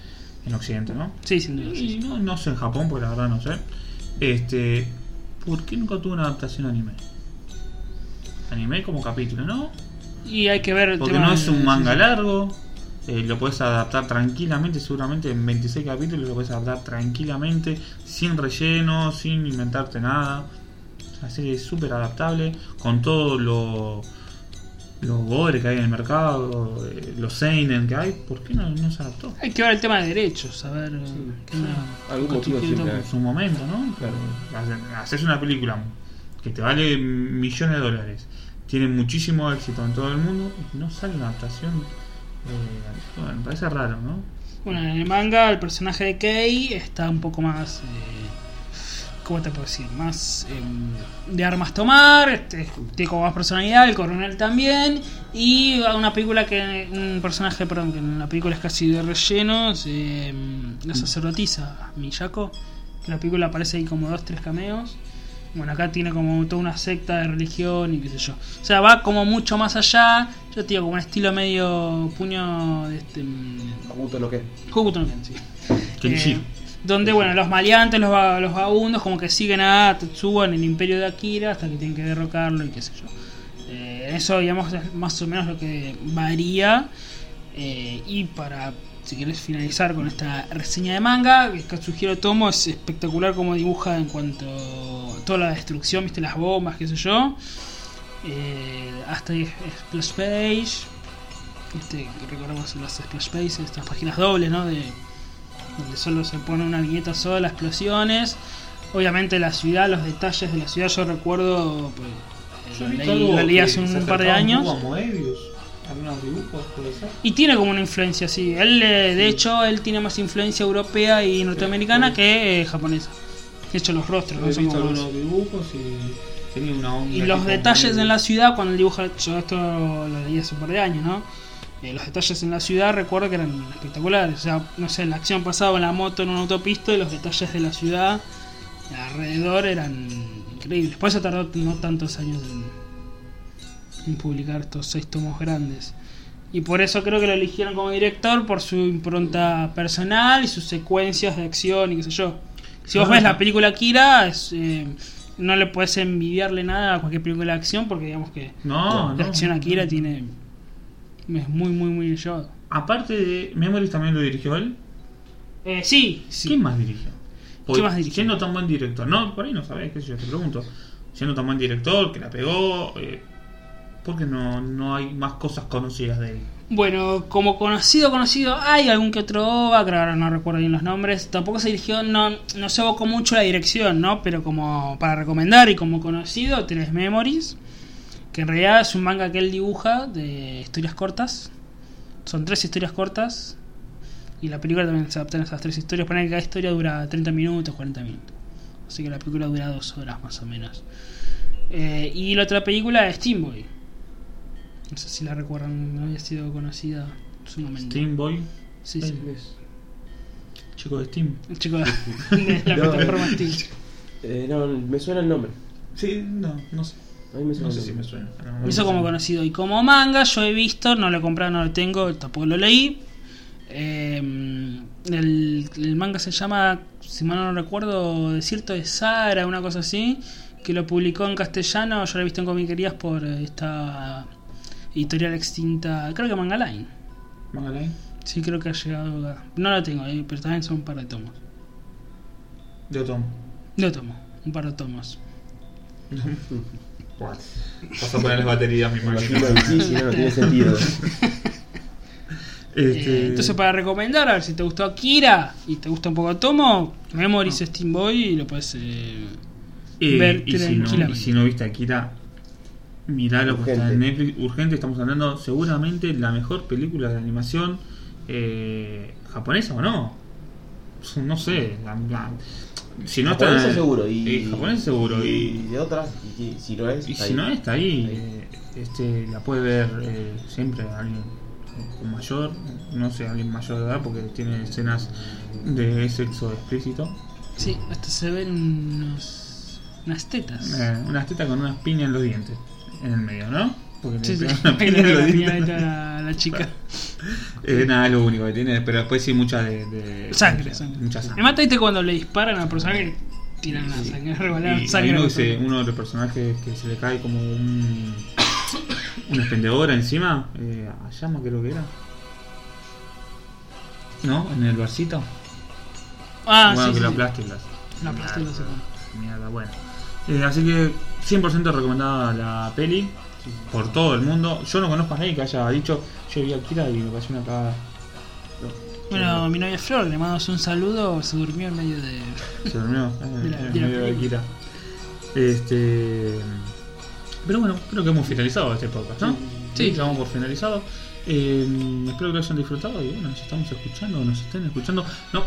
[SPEAKER 1] En Occidente, ¿no?
[SPEAKER 2] Sí, sin duda. sí,
[SPEAKER 1] Y
[SPEAKER 2] sí.
[SPEAKER 1] no, no sé en Japón, porque la verdad no sé. Este, ¿Por qué nunca tuvo una adaptación anime? Anime como capítulo, ¿no?
[SPEAKER 2] Y hay que ver el
[SPEAKER 1] Porque
[SPEAKER 2] tema
[SPEAKER 1] no
[SPEAKER 2] de-
[SPEAKER 1] es un
[SPEAKER 2] sí,
[SPEAKER 1] manga
[SPEAKER 2] sí.
[SPEAKER 1] largo. eh, lo puedes adaptar tranquilamente, seguramente en 26 capítulos lo puedes adaptar tranquilamente, sin relleno, sin inventarte nada. Es Una serie súper adaptable, con todo lo los gores que hay en el mercado, eh, los seinen que hay, ¿por qué no, no se adaptó?
[SPEAKER 2] Hay que ver el tema de derechos, a ver. qué onda.
[SPEAKER 3] Algún motivo
[SPEAKER 2] Constituye
[SPEAKER 3] siempre
[SPEAKER 2] todo.
[SPEAKER 1] En su momento, ¿no? Claro. Hace- Haces una película que te vale millones de dólares, tiene muchísimo éxito en todo el mundo, y no sale una adaptación. eh, bueno, me parece raro, ¿no?
[SPEAKER 2] Bueno, en el manga el personaje de Kei está un poco más. eh, ¿Cómo te puedo decir? Más em, de armas tomar, este, tiene como más personalidad, el coronel también. Y una película que. Un personaje, perdón, que en la película es casi de relleno, es, em, la sacerdotisa, Miyako. Que en la película aparece ahí como dos, tres cameos. Bueno, acá tiene como toda una secta de religión y qué sé yo. O sea, va como mucho más allá. Yo te digo, como un estilo medio puño. de Este, mm,
[SPEAKER 3] Justo lo que es.
[SPEAKER 2] Hokuto no Ken, sí.
[SPEAKER 1] Kenshi.
[SPEAKER 2] Eh, donde, bueno, los maleantes, los, va- los vagabundos, como que siguen a Tetsuo en el imperio de Akira hasta que tienen que derrocarlo y qué sé yo. Eh, eso, digamos, es más o menos lo que varía. Eh, y para, si querés finalizar con esta reseña de manga, Katsuhiro Tomo es espectacular como dibuja en cuanto a toda la destrucción, viste, las bombas, qué sé yo. Eh, hasta ahí es- es Splash Page, este, recordamos las splash pages, estas páginas dobles, ¿no? De, donde solo se pone una viñeta sola, las explosiones. Obviamente la ciudad, los detalles de la ciudad, yo recuerdo, pues, eh, lo leí, lo leí hace un par de años.
[SPEAKER 1] algunos dibujos, puede ser.
[SPEAKER 2] Y tiene como una influencia, sí. Él, eh, de hecho, él tiene más influencia europea y norteamericana que eh, japonesa. De hecho, los rostros, ¿no?
[SPEAKER 1] He
[SPEAKER 2] Son
[SPEAKER 1] visto
[SPEAKER 2] como más-
[SPEAKER 1] algunos dibujos y tenía una onda.
[SPEAKER 2] Y los
[SPEAKER 1] tipo
[SPEAKER 2] detalles
[SPEAKER 1] medio-
[SPEAKER 2] en la ciudad, cuando él dibuja, yo esto lo leí hace un par de años, ¿no? Eh, los detalles en la ciudad recuerdo que eran espectaculares. O sea, no sé, la acción pasaba en la moto en una autopista y los detalles de la ciudad alrededor eran increíbles. Por eso tardó no tantos años en, en publicar estos seis tomos grandes. Y por eso creo que lo eligieron como director por su impronta personal y sus secuencias de acción y qué sé yo. Si vos
[SPEAKER 1] Claro.
[SPEAKER 2] ves la película Akira, es, eh, no le puedes envidiarle nada a cualquier película de acción porque digamos que
[SPEAKER 1] No,
[SPEAKER 2] la
[SPEAKER 1] no.
[SPEAKER 2] acción Akira tiene es muy muy muy yo.
[SPEAKER 1] Aparte de Memories también lo dirigió él.
[SPEAKER 2] Eh, sí, sí.
[SPEAKER 1] ¿Quién más dirigió?
[SPEAKER 2] ¿Qué más dirigió?
[SPEAKER 1] Siendo tan buen director. No, por ahí no sabés, qué sé yo, te pregunto. Siendo tan buen director, que la pegó. Eh, ¿Por qué no, no hay más cosas conocidas de él?
[SPEAKER 2] Bueno, como conocido, conocido, hay algún que otro OVA, que ahora no recuerdo bien los nombres. Tampoco se dirigió, no, no se evocó mucho la dirección, ¿no? Pero como para recomendar y como conocido, tenés Memories, que en realidad es un manga que él dibuja de historias cortas. Son tres historias cortas. Y la película también se adapta a esas tres historias. Ponen que cada historia dura 30 minutos, 40 minutos. Así que la película dura dos horas más o menos. Eh, y la otra película es Steam Boy. No sé si la recuerdan, no había sido conocida en su momento.
[SPEAKER 1] Steam Boy,
[SPEAKER 2] Sí, sí.
[SPEAKER 3] Es-
[SPEAKER 1] chico de Steam.
[SPEAKER 2] El chico de de la
[SPEAKER 3] No,
[SPEAKER 2] plataforma
[SPEAKER 3] eh.
[SPEAKER 2] Steam.
[SPEAKER 3] eh, no, me suena el nombre.
[SPEAKER 1] Sí, no, no sé.
[SPEAKER 3] A mí me suena
[SPEAKER 1] No sé
[SPEAKER 3] el
[SPEAKER 1] si me
[SPEAKER 3] nombre.
[SPEAKER 1] suena.
[SPEAKER 2] Eso como conocido. Y como manga, yo he visto, no lo he comprado, no lo tengo, tampoco lo leí. Eh, el, el manga se llama, si mal no recuerdo, Desierto de Sara, una cosa así, que lo publicó en castellano, yo lo he visto en comiquerías por esta editorial extinta, creo que Manga Line.
[SPEAKER 1] Mangalai.
[SPEAKER 2] Sí, creo que ha llegado a... No lo tengo, eh, pero también son un par de tomos.
[SPEAKER 1] De Otomo.
[SPEAKER 2] Lo tomo, un par de tomos.
[SPEAKER 1] What? Vas a poner las baterías, mi
[SPEAKER 3] Imagino que sí, si no, no tiene sentido.
[SPEAKER 2] Eh,
[SPEAKER 1] Este,
[SPEAKER 2] entonces, para recomendar, a ver si te gustó Akira y te gusta un poco Tomo, Memories
[SPEAKER 1] Ah.
[SPEAKER 2] Steam Boy y lo puedes. eh,
[SPEAKER 1] Eh,
[SPEAKER 2] ver
[SPEAKER 1] y, si no,
[SPEAKER 2] tranquilamente.
[SPEAKER 1] y si no viste Akira, mirá lo que está en
[SPEAKER 3] Urgente.
[SPEAKER 1] Netflix. Urgente, estamos hablando seguramente la mejor película de animación eh, japonesa o no. No sé. la- la- si no está-
[SPEAKER 3] Japonés seguro. Y,
[SPEAKER 1] eh, japonés seguro.
[SPEAKER 3] Y
[SPEAKER 1] Y,
[SPEAKER 3] de otras, y, que- si no es.
[SPEAKER 1] y
[SPEAKER 3] está
[SPEAKER 1] si
[SPEAKER 3] ahí.
[SPEAKER 1] no está ahí,
[SPEAKER 3] Ahí.
[SPEAKER 1] eh, este, la puede ver eh, siempre alguien con mayor, no sé, alguien mayor de edad porque tiene escenas de sexo explícito.
[SPEAKER 2] sí, hasta se ven unos, unas tetas.
[SPEAKER 1] Eh, unas tetas con unas piñas en los dientes. En el medio, ¿no? Porque le
[SPEAKER 2] sí, sí,
[SPEAKER 1] pegan una
[SPEAKER 2] ahí
[SPEAKER 1] piña
[SPEAKER 2] le
[SPEAKER 1] en
[SPEAKER 2] veo
[SPEAKER 1] los
[SPEAKER 2] la piña
[SPEAKER 1] dientes.
[SPEAKER 2] de la, la chica.
[SPEAKER 1] Eh, nada, es lo único que tiene. Pero después sí, mucha de. de-
[SPEAKER 2] Sangre,
[SPEAKER 1] mucha-
[SPEAKER 2] sangre.
[SPEAKER 1] Mucha sangre.
[SPEAKER 2] Me mata, viste, cuando le disparan a la persona que tiran la
[SPEAKER 1] Sí.
[SPEAKER 2] sangre,
[SPEAKER 1] Y
[SPEAKER 2] regalan
[SPEAKER 1] hay
[SPEAKER 2] sangre.
[SPEAKER 1] uno,
[SPEAKER 2] a
[SPEAKER 1] que
[SPEAKER 2] la
[SPEAKER 1] se-
[SPEAKER 2] persona.
[SPEAKER 1] uno de los personajes que se le cae como un. Una expendedora encima. Eh, a llama, creo que era. ¿No? En el barcito.
[SPEAKER 2] Ah,
[SPEAKER 1] bueno, que
[SPEAKER 2] sí, Ah, sí,
[SPEAKER 1] lo
[SPEAKER 2] sí.
[SPEAKER 1] aplaste y las-
[SPEAKER 2] Lo aplaste y lo sacó.
[SPEAKER 1] Mierda, bueno. Eh, así que 100% recomendada la peli por todo el mundo. Yo no conozco a nadie que haya dicho, yo vi Akira y me pareció una cagada.
[SPEAKER 2] Bueno, mi novia Flor, le mandamos un saludo, se durmió en medio de...
[SPEAKER 1] Se durmió.
[SPEAKER 2] De la-
[SPEAKER 1] eh,
[SPEAKER 2] de la
[SPEAKER 1] medio de
[SPEAKER 2] película.
[SPEAKER 1] Akira. Este. Pero bueno, creo que hemos finalizado este podcast, ¿no?
[SPEAKER 2] Sí.
[SPEAKER 1] Ya vamos por finalizado. Eh, espero que lo hayan disfrutado y bueno, nos estamos escuchando, nos estén escuchando. No,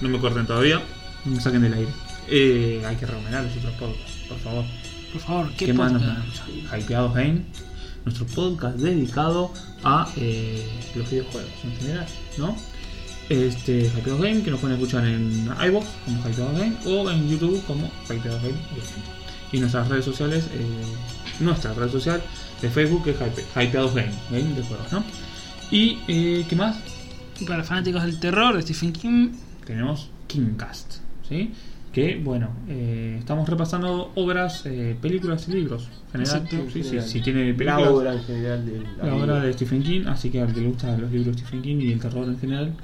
[SPEAKER 1] no me corten todavía, no me saquen del aire. Eh, hay que recomendar los otros podcasts, por favor.
[SPEAKER 2] Por favor, ¿qué,
[SPEAKER 1] ¿Qué más nos
[SPEAKER 2] podcast?
[SPEAKER 1] escuchar? Hypeados Game, nuestro podcast dedicado a eh, los videojuegos en general, ¿no? Este, Hypeados Game, que nos pueden escuchar en iVoox como Hypeados Game o en YouTube como Hypeados Game. Y nuestras redes sociales, eh, nuestra red social de Facebook es Hype, Hypeados Game, Game de juegos, ¿no? Y, eh, ¿qué más?
[SPEAKER 2] Y Para fanáticos del terror, de Stephen King,
[SPEAKER 1] tenemos Kingcast, ¿sí? Que bueno, eh, estamos repasando obras, eh, películas y libros. en General,
[SPEAKER 2] Exacto.
[SPEAKER 1] sí, sí,
[SPEAKER 3] General.
[SPEAKER 1] si tiene
[SPEAKER 3] La
[SPEAKER 1] películas,
[SPEAKER 3] obra en general del
[SPEAKER 1] la obra de Stephen King, así que al que le gustan los libros de Stephen King y el terror en general,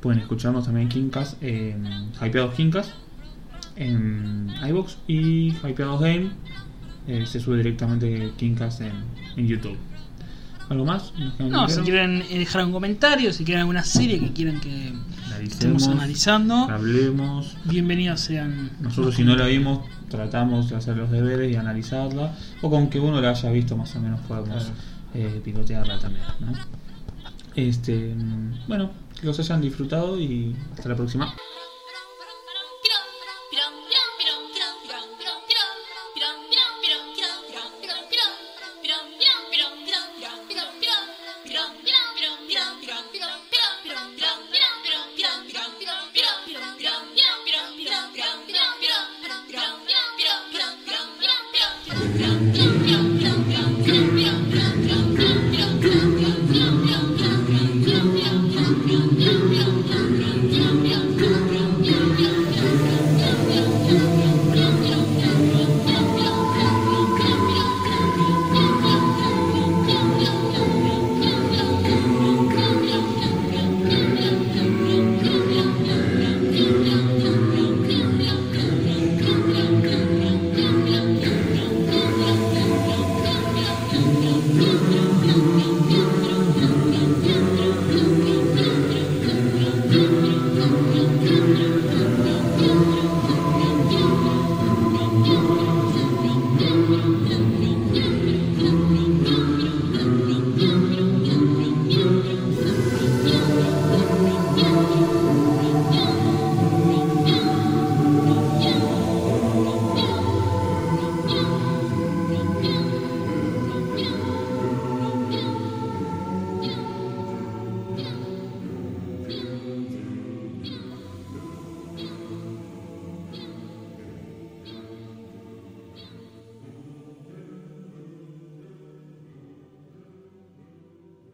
[SPEAKER 1] pueden escucharnos también Kingcast, eh, Hypeados Kingcast en iBox y Hypeados Game eh, se sube directamente Kingcast en, en YouTube. ¿Algo más? ¿Nos queda
[SPEAKER 2] No,
[SPEAKER 1] algún
[SPEAKER 2] si
[SPEAKER 1] libro?
[SPEAKER 2] quieren eh, dejar un comentario, si quieren alguna serie que quieran que estemos
[SPEAKER 1] Analicemos,
[SPEAKER 2] analizando,
[SPEAKER 1] hablemos.
[SPEAKER 2] bienvenidos sean.
[SPEAKER 1] Nosotros si no la vimos, tratamos de hacer los deberes y analizarla. O con que uno la haya visto más o menos podemos
[SPEAKER 3] Claro.
[SPEAKER 1] eh, pilotearla también. ¿no? Este, mm, bueno, que los hayan disfrutado y hasta la próxima.